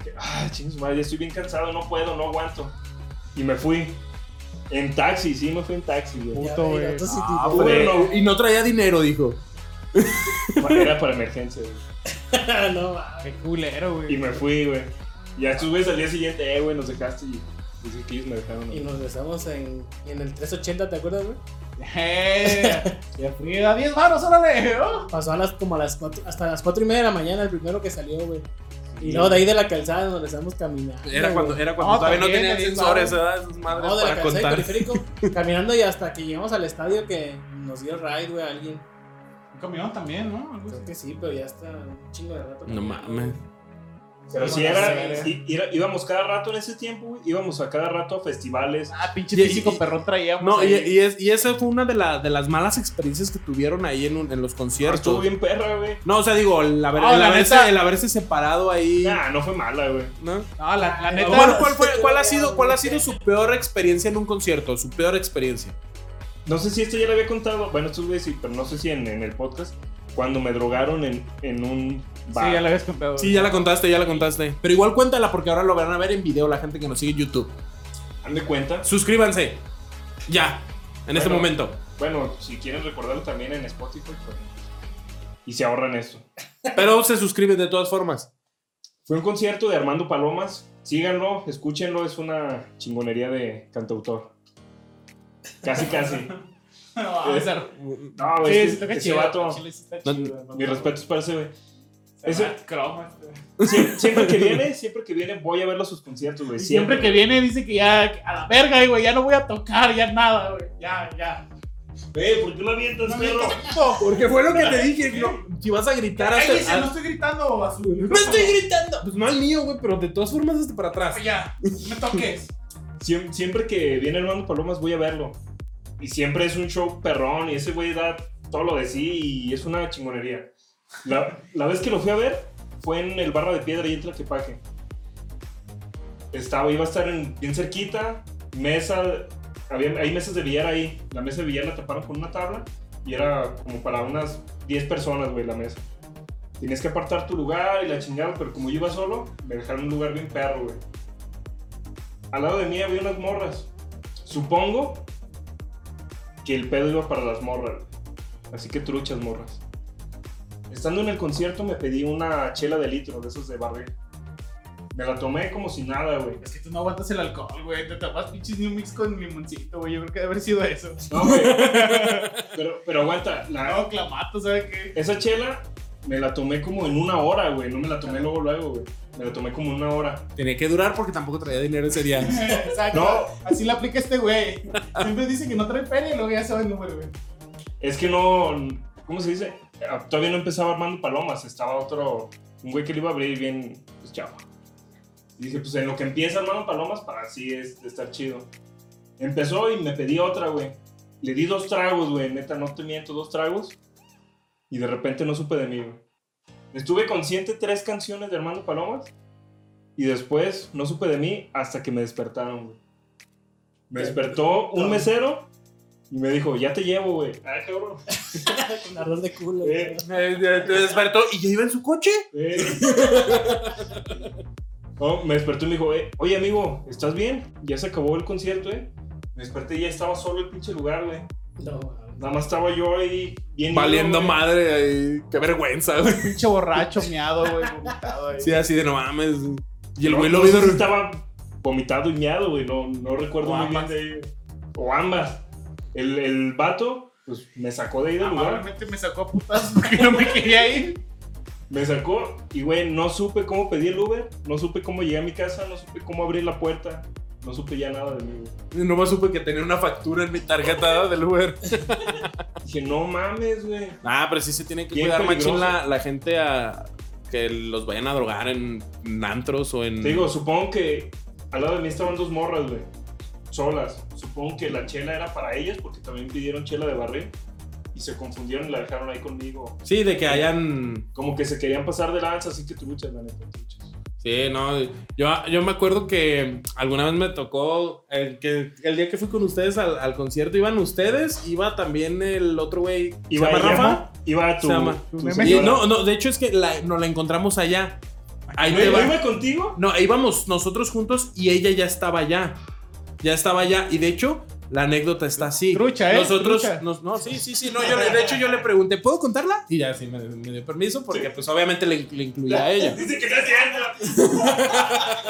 Speaker 4: Dije, Ah, chingos, madre, ya estoy bien cansado, no puedo, no aguanto. Y me fui. En taxi, sí, me fui en taxi, güey.
Speaker 5: Ya,
Speaker 2: puto,
Speaker 5: güey,
Speaker 2: güey.
Speaker 5: otro
Speaker 3: Ah,
Speaker 5: sitio.
Speaker 4: güey.
Speaker 3: hombre. Y no traía dinero, dijo.
Speaker 4: Era para emergencia, güey.
Speaker 3: Ah,
Speaker 5: no, mames.
Speaker 2: Qué culero, güey.
Speaker 4: Y me fui, güey. Y a estos güeyes al día siguiente, eh, güey, nos dejaste. Y dicen que ellos me dejaron.
Speaker 5: Y
Speaker 4: güey.
Speaker 5: nos besamos en, en el 380, ¿te acuerdas, güey?
Speaker 2: Eh, Ya fui a 10 varos, órale. oh.
Speaker 5: Pasó a las, como a las cuatro- hasta las 4 y media de la mañana el primero que salió, güey. Y luego de ahí de la calzada nos besamos caminando.
Speaker 3: Era cuando,
Speaker 5: güey.
Speaker 3: era cuando
Speaker 2: No,
Speaker 3: todavía no
Speaker 2: también,
Speaker 3: tenían
Speaker 2: también,
Speaker 3: sensores,
Speaker 2: claro.
Speaker 3: ¿verdad? Esas madres
Speaker 5: No, de la
Speaker 3: para
Speaker 5: calzada del
Speaker 3: contar.
Speaker 5: periférico, caminando y hasta que llegamos al estadio que nos dio ride, güey, a alguien.
Speaker 2: Un camión también, ¿no? Algo
Speaker 5: Creo
Speaker 2: así.
Speaker 5: que sí, pero ya está un chingo de rato.
Speaker 3: No mames.
Speaker 4: Pero
Speaker 5: Sí,
Speaker 4: sí
Speaker 5: no,
Speaker 4: era,
Speaker 5: no,
Speaker 4: sí, era- íbamos cada rato en ese tiempo, güey. Íbamos a cada rato a festivales.
Speaker 2: Ah, pinche
Speaker 3: Y-
Speaker 2: físico
Speaker 3: y-
Speaker 2: perrón traíamos.
Speaker 3: No, y,
Speaker 2: ahí.
Speaker 3: y es- y esa fue una de, la- de las malas experiencias que tuvieron ahí en, un- en los
Speaker 4: Estuvo
Speaker 3: conciertos.
Speaker 4: bien perra, güey.
Speaker 3: No, o sea, digo, el, haber-
Speaker 2: No,
Speaker 3: el
Speaker 2: la
Speaker 3: haberse,
Speaker 2: neta.
Speaker 3: el haberse separado ahí.
Speaker 4: Nah, no fue mala, güey.
Speaker 3: ¿no?
Speaker 2: No, la, la neta.
Speaker 3: ¿Cuál, cuál fue- cuál ha sido, ¿Cuál ha sido su peor experiencia en un concierto? Su peor experiencia.
Speaker 4: No sé si esto ya lo había contado. Bueno, estos güeyes sí, pero no sé si en, en el podcast. Cuando me drogaron en, en un bar.
Speaker 2: Sí, ya la habías contado.
Speaker 3: Sí, ya la contaste, ya la contaste. Pero igual cuéntala porque ahora lo van a ver en video la gente que nos sigue en YouTube.
Speaker 4: ¿Han de cuenta?
Speaker 3: Suscríbanse. Ya. En este
Speaker 4: Bueno.
Speaker 3: momento.
Speaker 4: Bueno, si quieren recordarlo también en Spotify, pues. Y se ahorran esto.
Speaker 3: Pero se suscriben de todas formas.
Speaker 4: Fue un concierto de Armando Palomas. Síganlo, escúchenlo, es una chingonería de cantautor. Casi, casi.
Speaker 2: No, César.
Speaker 4: No,
Speaker 2: Sí,
Speaker 4: güey,
Speaker 2: sí,
Speaker 4: ese-
Speaker 2: está
Speaker 4: ese
Speaker 2: chido,
Speaker 4: vato.
Speaker 2: Chile sí está
Speaker 3: No,
Speaker 2: chido,
Speaker 4: Mis respetos para ese, güey.
Speaker 2: Se
Speaker 4: ese-
Speaker 2: va, croma, este.
Speaker 4: Sie- Siempre que viene, siempre que viene, voy a verlo a sus conciertos, güey.
Speaker 2: Y siempre que viene dice que ya, a la verga, güey, ya no voy a tocar, ya nada, güey. Ya, ya.
Speaker 4: Eh, ¿por qué lo avientas, perro?
Speaker 3: Porque fue lo que te dije. si vas a gritar,
Speaker 2: Cállese, no estoy gritando a su
Speaker 3: ¡Me estoy
Speaker 2: micrófono.
Speaker 3: gritando! Pues no al mío, güey, pero de todas formas hasta para atrás.
Speaker 2: Ya, no me toques.
Speaker 4: Siem- siempre que viene Armando Palomas, voy a verlo. Y siempre es un show perrón y ese güey da todo lo de sí y es una chingonería. La, la vez que lo fui a ver fue en el Barra de Piedra y en Tlaquepaque. Estaba, iba a estar en- bien cerquita, mesa, había, hay mesas de billar ahí. La mesa de billar la taparon con una tabla y era como para unas 10 personas, güey, la mesa. Tenías que apartar tu lugar y la chingada, pero como yo iba solo, me dejaron un lugar bien perro, güey. Al lado de mí había unas morras. Supongo que el pedo iba para las morras. güey. Así que truchas morras. Estando en el concierto me pedí una chela de litro, de esos de barril. Me la tomé como si nada, güey.
Speaker 2: Es que tú no aguantas el alcohol, güey. Te tapas pinches New Mix con limoncito, güey. Yo creo que debe haber sido eso.
Speaker 4: No, güey. Pero, pero aguanta, la-
Speaker 2: No, clamato, ¿sabes qué?
Speaker 4: esa chela me la tomé como en una hora, güey. No me la tomé luego, luego, güey. Me la tomé como en una hora.
Speaker 3: Tenía que durar porque tampoco traía dinero ese día.
Speaker 2: Exacto.
Speaker 4: No.
Speaker 2: Así la aplica este güey. Siempre dice que no trae pene y luego ya sabe el número, güey.
Speaker 4: Es que no. ¿Cómo se dice? Ah, Todavía no empezaba Armando Palomas, estaba otro. Un güey que le iba a abrir bien, pues chavo. Y dije, pues en lo que empieza Armando Palomas, para así es, estar chido. Empezó y me pedí otra, güey. Le di dos tragos, güey, neta, no te miento, dos tragos. Y de repente no supe de mí, güey. Estuve consciente tres canciones de Armando Palomas. Y después no supe de mí hasta que me despertaron, güey. Me despertó un mesero y me dijo, ya te llevo, güey. Ah, cabrón.
Speaker 5: Con ardor de culo.
Speaker 4: Eh.
Speaker 5: güey.
Speaker 3: Eh, eh, Te despertó y ya iba en su coche.
Speaker 4: Eh. No, me despertó y me dijo, eh, oye amigo, ¿estás bien? Ya se acabó el concierto, eh. Me desperté y ya estaba solo el pinche lugar, güey.
Speaker 5: No, mames.
Speaker 4: Nada más estaba yo ahí bien.
Speaker 3: Valiendo
Speaker 4: ido, güey.
Speaker 3: madre, ay, qué vergüenza, güey.
Speaker 2: Pinche borracho, meado, güey. vomitado ahí.
Speaker 3: Sí, así de no mames. Y el
Speaker 4: No,
Speaker 3: güey
Speaker 4: no
Speaker 3: lo vio
Speaker 4: sé si
Speaker 3: dormido.
Speaker 4: Estaba vomitado y meado, güey. No, no recuerdo
Speaker 2: O
Speaker 4: muy bien
Speaker 2: ambas.
Speaker 4: de ahí. O ambas. El, el vato, pues me sacó
Speaker 2: Ah,
Speaker 4: de ahí del lugar.
Speaker 2: Amablemente me sacó a putas porque no me quería ir.
Speaker 4: Me sacó y, güey, no supe cómo pedí el Uber. No supe cómo llegué a mi casa. No supe cómo abrir la puerta. No supe ya nada de mí, güey.
Speaker 3: Nomás supe que tenía una factura en mi tarjeta del Uber.
Speaker 4: Dije, no mames, güey.
Speaker 3: Ah, pero sí se tiene que
Speaker 4: Bien
Speaker 3: cuidar
Speaker 4: peligroso.
Speaker 3: machín la, la gente a que los vayan a drogar en, en antros o en.
Speaker 4: Te digo, supongo que al lado de mí estaban dos morras, güey. Solas. Supongo que la chela era para ellas porque también pidieron chela de barril. Y se confundieron y la dejaron ahí conmigo.
Speaker 3: Sí, de que hayan.
Speaker 4: Como que se querían pasar de lanza, así que truchas, la neta, truchas.
Speaker 3: Sí, no. Yo, yo me acuerdo que alguna vez me tocó. El, que, el día que fui con ustedes al, al concierto, iban ustedes, iba también el otro güey. ¿se
Speaker 4: Iba
Speaker 3: llama
Speaker 4: ella,
Speaker 3: Rafa?
Speaker 4: Iba tu.
Speaker 3: Se llama.
Speaker 4: tu
Speaker 2: Tu meme.
Speaker 3: Y
Speaker 4: señora.
Speaker 3: no, no, de hecho es que la- nos la encontramos allá. Ahí
Speaker 4: ¿No
Speaker 3: te
Speaker 4: iba-
Speaker 3: va.
Speaker 4: iba contigo?
Speaker 3: No, íbamos nosotros juntos y ella ya estaba allá. Ya estaba allá. Y de hecho, La anécdota está así.
Speaker 2: Trucha, ¿eh?
Speaker 3: Nosotros,
Speaker 2: Trucha.
Speaker 3: nos- no, sí, sí, sí, no, yo le- de hecho yo le pregunté, ¿puedo contarla? Y ya sí me, me dio permiso porque pues obviamente le, le incluía a ella.
Speaker 4: Dice que está haciendo.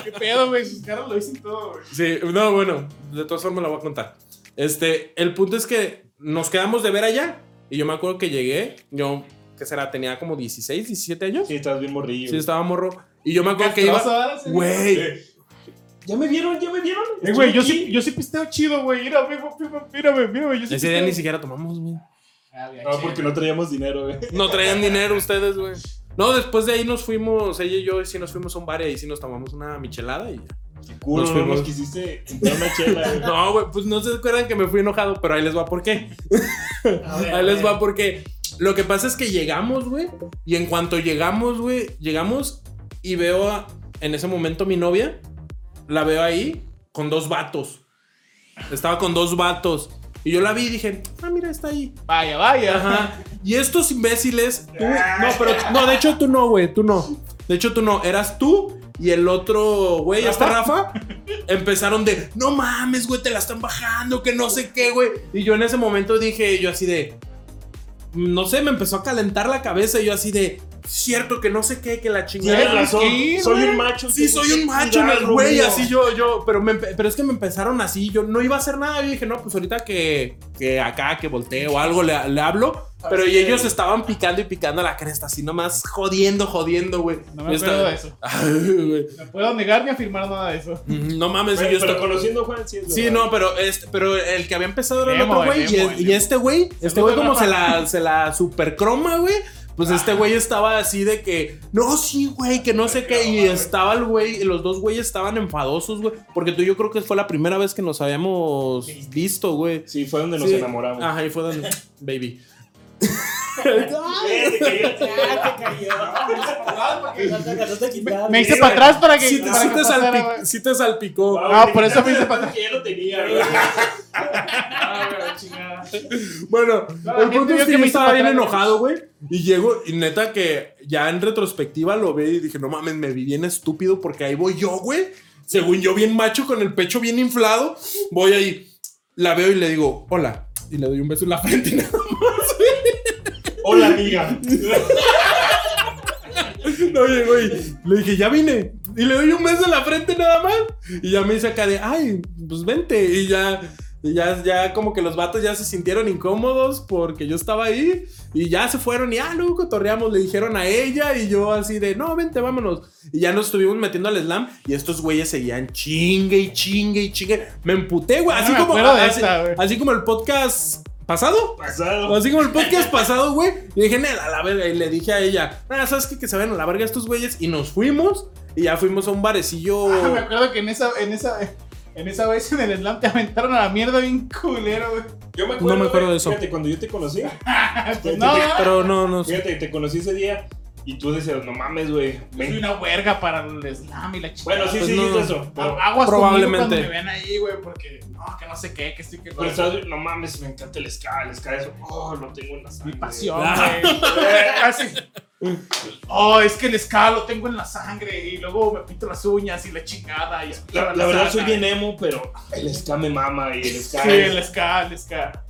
Speaker 2: ¿Qué pedo, güey? Sus caras lo dicen todo, güey.
Speaker 3: Sí, no, bueno, de todas formas la voy a contar. Este, el punto es que nos quedamos de ver allá y yo me acuerdo que llegué, yo, ¿qué será? Tenía como 16, 17 años.
Speaker 4: Sí, estás bien morrillo.
Speaker 3: Sí, estaba morro. Y yo me acuerdo que iba,
Speaker 2: Castrosa, sí.
Speaker 3: güey,
Speaker 4: Sí. Ya me vieron, ya me vieron.
Speaker 2: Eh, güey, yo
Speaker 4: Estoy
Speaker 2: sí, yo sí pisteo chido, güey. Mira, mira, mira, mírame, mírame. Yo sí
Speaker 3: ese día ni
Speaker 2: pisteo.
Speaker 3: siquiera tomamos, güey.
Speaker 2: Ah, bien,
Speaker 4: No, porque no traíamos dinero, güey.
Speaker 3: No traían dinero ustedes, güey. No, después de ahí nos fuimos, ella y yo, y sí nos fuimos a un bar y ahí sí nos tomamos una michelada y ya.
Speaker 4: Qué culo,
Speaker 3: Nos
Speaker 4: no
Speaker 3: fuimos.
Speaker 4: nos quisiste comprar una chela, güey.
Speaker 3: No, güey, pues no se acuerdan que me fui enojado, pero ahí les va por qué.
Speaker 5: A ver,
Speaker 3: Ahí
Speaker 5: a
Speaker 3: les
Speaker 5: ver.
Speaker 3: va porque lo que pasa es que llegamos, güey, y en cuanto llegamos, güey, llegamos y veo a, en ese momento mi novia, la veo ahí con dos vatos. Estaba con dos vatos. Y yo la vi y dije, ah, mira, está ahí.
Speaker 2: Vaya, vaya.
Speaker 3: Ajá. Y estos imbéciles, tú- no, pero no, de hecho tú no, güey, tú no. De hecho tú no, eras tú y el otro güey, este Rafa, empezaron de, no mames, güey, te la están bajando, que no sé qué, güey. Y yo en ese momento dije, yo así de, no sé, me empezó a calentar la cabeza y yo así de, cierto que no sé qué, que la chingada.
Speaker 4: Tienes razón.
Speaker 2: sí,
Speaker 4: soy
Speaker 2: güey.
Speaker 4: un macho.
Speaker 3: Sí,
Speaker 4: tengo
Speaker 3: soy
Speaker 4: que
Speaker 3: un macho, en el
Speaker 4: cuidarlo,
Speaker 3: güey,
Speaker 4: mío.
Speaker 3: así yo, yo, pero, me empe- pero es que me empezaron así, yo no iba a hacer nada, yo dije, no, pues ahorita que, que acá, que volteo o algo, le, le hablo, pero y ellos estaban picando y picando la cresta, así nomás jodiendo, jodiendo, güey.
Speaker 2: No me
Speaker 3: Yo
Speaker 2: acuerdo
Speaker 3: estaba-
Speaker 2: de eso.
Speaker 3: Ay, güey. mm,
Speaker 2: No puedo negar ni afirmar nada de eso.
Speaker 3: No mames,
Speaker 4: Güey,
Speaker 3: yo
Speaker 4: pero
Speaker 3: estaba-
Speaker 4: conociendo a Juan, sí. es
Speaker 3: Sí,
Speaker 4: verdad.
Speaker 3: no, pero, este, pero el que había empezado era el
Speaker 2: Nemo,
Speaker 3: otro güey.
Speaker 2: el
Speaker 3: Y,
Speaker 2: Nemo,
Speaker 3: el-
Speaker 2: el
Speaker 3: y
Speaker 2: Nemo.
Speaker 3: este güey, este
Speaker 2: Saludos,
Speaker 3: güey como
Speaker 2: Rafa.
Speaker 3: se la, se la supercroma, güey. Pues este güey estaba así de que, no, sí, güey, que no sé qué. Y estaba el güey, los dos güeyes estaban enfadosos, güey. Porque tú, yo creo que fue la primera vez que nos habíamos visto, güey.
Speaker 4: Sí, fue donde nos
Speaker 3: Sí. Ah.
Speaker 4: enamoramos.
Speaker 3: Ajá, y fue donde, baby.
Speaker 4: Eh, te caíste.
Speaker 5: Ya te cayó. Ya te alcanzaste a quitar,
Speaker 2: Me hice
Speaker 5: güey.
Speaker 2: para atrás para que.
Speaker 3: Sí, te,
Speaker 2: para
Speaker 3: sí
Speaker 2: que
Speaker 3: te
Speaker 2: pasara,
Speaker 3: salpic-
Speaker 2: güey.
Speaker 3: sí te salpicó.
Speaker 2: Ah, por eso me hice para
Speaker 4: Que ya lo tenía, güey.
Speaker 3: Bueno,
Speaker 2: No,
Speaker 3: el
Speaker 2: gente,
Speaker 3: punto
Speaker 2: yo
Speaker 3: es que
Speaker 2: que
Speaker 3: yo
Speaker 2: me hice
Speaker 3: estaba
Speaker 2: para
Speaker 3: bien
Speaker 2: atrás.
Speaker 3: enojado, güey. Y llego, y neta que ya en retrospectiva lo ve y dije, no mames, me vi bien estúpido porque ahí voy yo, güey. Según yo, bien macho, con el pecho bien inflado. Voy ahí, la veo y le digo, hola. Y le doy un beso en la frente y nada más, güey.
Speaker 4: Hola, amiga.
Speaker 3: No, oye, güey. Le dije, ya vine. Y le doy un beso en la frente nada más. Y ya me dice acá de, ay, pues vente. Y ya, y ya, ya como que los vatos ya se sintieron incómodos porque yo estaba ahí. Y ya se fueron y, ah, luego cotorreamos. Le dijeron a ella y yo así de, no, vente, vámonos. Y ya nos estuvimos metiendo al slam. Y estos güeyes seguían chingue y chingue y chingue. Me emputé, güey.
Speaker 2: Ya
Speaker 3: Así
Speaker 2: Ah, me
Speaker 3: como,
Speaker 2: acuerdo de
Speaker 3: así-
Speaker 2: esa, güey.
Speaker 3: así como el podcast pasado.
Speaker 4: Pasado.
Speaker 3: Así como el podcast pasado, güey. Y dije, "Nel, a la verga. Y le dije a ella, ah, ¿sabes qué? Que se vayan a la verga estos güeyes. Y nos fuimos. Y ya fuimos a un barecillo.
Speaker 2: Ah, me acuerdo que en esa, en esa, en esa vez en el slam te aventaron a la mierda bien culero, güey.
Speaker 4: Yo me
Speaker 3: No me acuerdo
Speaker 4: güey,
Speaker 3: de eso.
Speaker 4: Fíjate, cuando yo te conocí.
Speaker 2: Pues no,
Speaker 3: Pero no, no. sé.
Speaker 4: Fíjate, te conocí ese día y tú decías, no mames, güey.
Speaker 2: yo soy
Speaker 4: ven".
Speaker 2: una huerga para el slam y la chica.
Speaker 4: Bueno, sí,
Speaker 3: Pues
Speaker 4: sí,
Speaker 3: no.
Speaker 4: sí, eso. Pero, ah,
Speaker 2: Aguas probablemente.
Speaker 3: Probablemente.
Speaker 2: cuando me ven ahí, güey, porque no, que no sé qué, que estoy que
Speaker 4: pero estás, no mames, me encanta el ska, el ska eso. Oh, lo tengo en la
Speaker 2: mi
Speaker 4: sangre.
Speaker 2: pasión,
Speaker 3: Ah.
Speaker 2: güey. Eh, Así. Oh, es que el ska lo tengo en la sangre y luego me pinto las uñas y la chingada. Y
Speaker 4: La, la verdad, soy bien emo, pero el ska me mama y el ska
Speaker 2: Sí,
Speaker 4: es-
Speaker 2: el ska, el ska.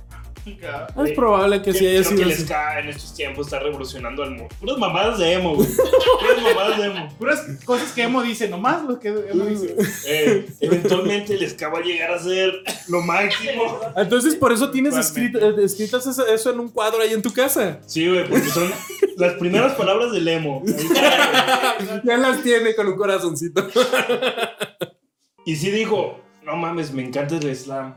Speaker 2: Ska.
Speaker 3: Es probable que sí haya
Speaker 4: Creo que
Speaker 3: sido
Speaker 4: el
Speaker 3: así.
Speaker 4: ska en estos tiempos está revolucionando al mundo. Puras mamadas de emo, güey. Puras mamadas de emo.
Speaker 2: Puras cosas que Emo dice, nomás lo que Emo dice.
Speaker 4: Eh, eventualmente el ska va a llegar a ser lo máximo.
Speaker 3: Entonces, por eso tienes
Speaker 2: Igualmente.
Speaker 3: escrito- eh, escritas eso- eso en un cuadro ahí en tu casa.
Speaker 4: Sí, güey, porque son las primeras palabras del emo. Ahí está, güey.
Speaker 3: ya las tiene con un corazoncito.
Speaker 4: Y sí dijo, no mames, me encanta el slam.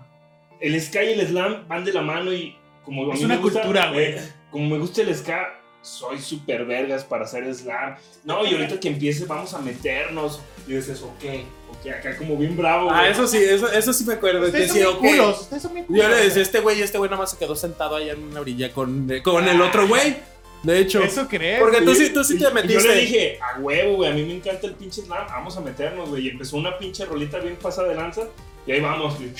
Speaker 4: El ska y el slam van de la mano y como a
Speaker 2: Es
Speaker 4: mí
Speaker 2: una
Speaker 4: me gusta-
Speaker 2: cultura, güey.
Speaker 4: eh, Como me gusta el ska, soy súper vergas para hacer slam. No, y ahorita que empiece vamos a meternos. Y dices, ok, ok, acá como bien bravo,
Speaker 3: Ah,
Speaker 4: güey.
Speaker 3: eso sí, eso, eso sí me acuerdo.
Speaker 2: Ustedes
Speaker 3: que
Speaker 2: son
Speaker 3: sí,
Speaker 2: bien
Speaker 3: ok.
Speaker 2: culos, ustedes son bien
Speaker 3: Yo
Speaker 2: culos.
Speaker 3: le decía, este güey, este güey nada más se quedó sentado allá en una orilla con, con el otro güey. De hecho.
Speaker 2: Eso crees.
Speaker 3: Porque tú
Speaker 4: Y-
Speaker 3: sí, tú sí
Speaker 4: y-
Speaker 3: te
Speaker 4: y Yo le
Speaker 3: metiste.
Speaker 4: dije, a huevo, güey, a mí me encanta el pinche slam, vamos a meternos, güey. Y empezó una pinche rolita bien pasada de lanza, y ahí vamos, güey.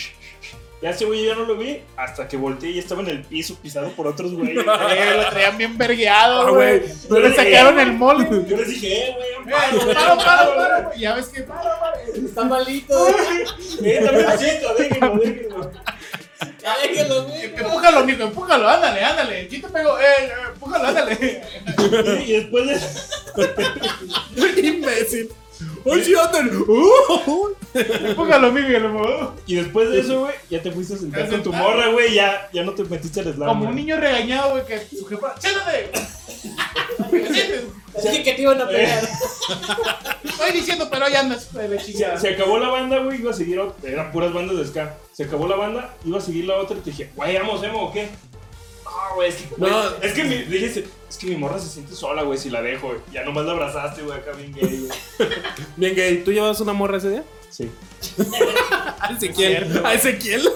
Speaker 4: Ya ese güey ya no lo vi, hasta que volteé y estaba en el piso pisado por otros güeyes.
Speaker 2: Eh, lo traían bien vergueado,
Speaker 3: Ah, güey.
Speaker 2: güey. No le sacaron el mole. güey.
Speaker 4: Yo les dije, eh,
Speaker 2: Eh,
Speaker 4: güey, paro,
Speaker 2: Paro, paro, paro. Ya ves que paro, paro.
Speaker 5: Está malito.
Speaker 4: Eh, también lo siento, déjenlo, déjenlo.
Speaker 5: Ya déjenlo, güey.
Speaker 2: Empújalo, mijo, empújalo, ándale, ándale. Aquí te pego, eh, eh, empújalo, ándale.
Speaker 4: Y después de.
Speaker 3: Imbécil. ¡Ay, sí, ándale! ¡Uh!
Speaker 2: Empújalo, mijo, y lo movió.
Speaker 4: Y después de eso, güey, ya te fuiste a sentar con tu morra, güey. Ya, ya no te metiste al slam.
Speaker 2: Como
Speaker 4: güey.
Speaker 2: un niño regañado, güey, que su jefa, ¡siéntate!
Speaker 5: Dije que te iban a pegar.
Speaker 2: Estoy diciendo, pero ya andas de la
Speaker 4: Se,
Speaker 2: chingada.
Speaker 4: se acabó la banda, güey, iba a seguir otra. Eran puras bandas de ska. Se acabó la banda, iba a seguir la otra y te dije, güey, vamos, emo o qué? Ah, güey, es que. güey,
Speaker 3: No.
Speaker 4: es que mi, dije, es que mi morra se siente sola, güey, si la dejo, güey. Ya nomás la abrazaste, güey, acá bien gay, güey.
Speaker 3: Bien, gay, ¿tú llevabas una morra ese día?
Speaker 4: Sí.
Speaker 3: A Ezequiel. A Ezequiel.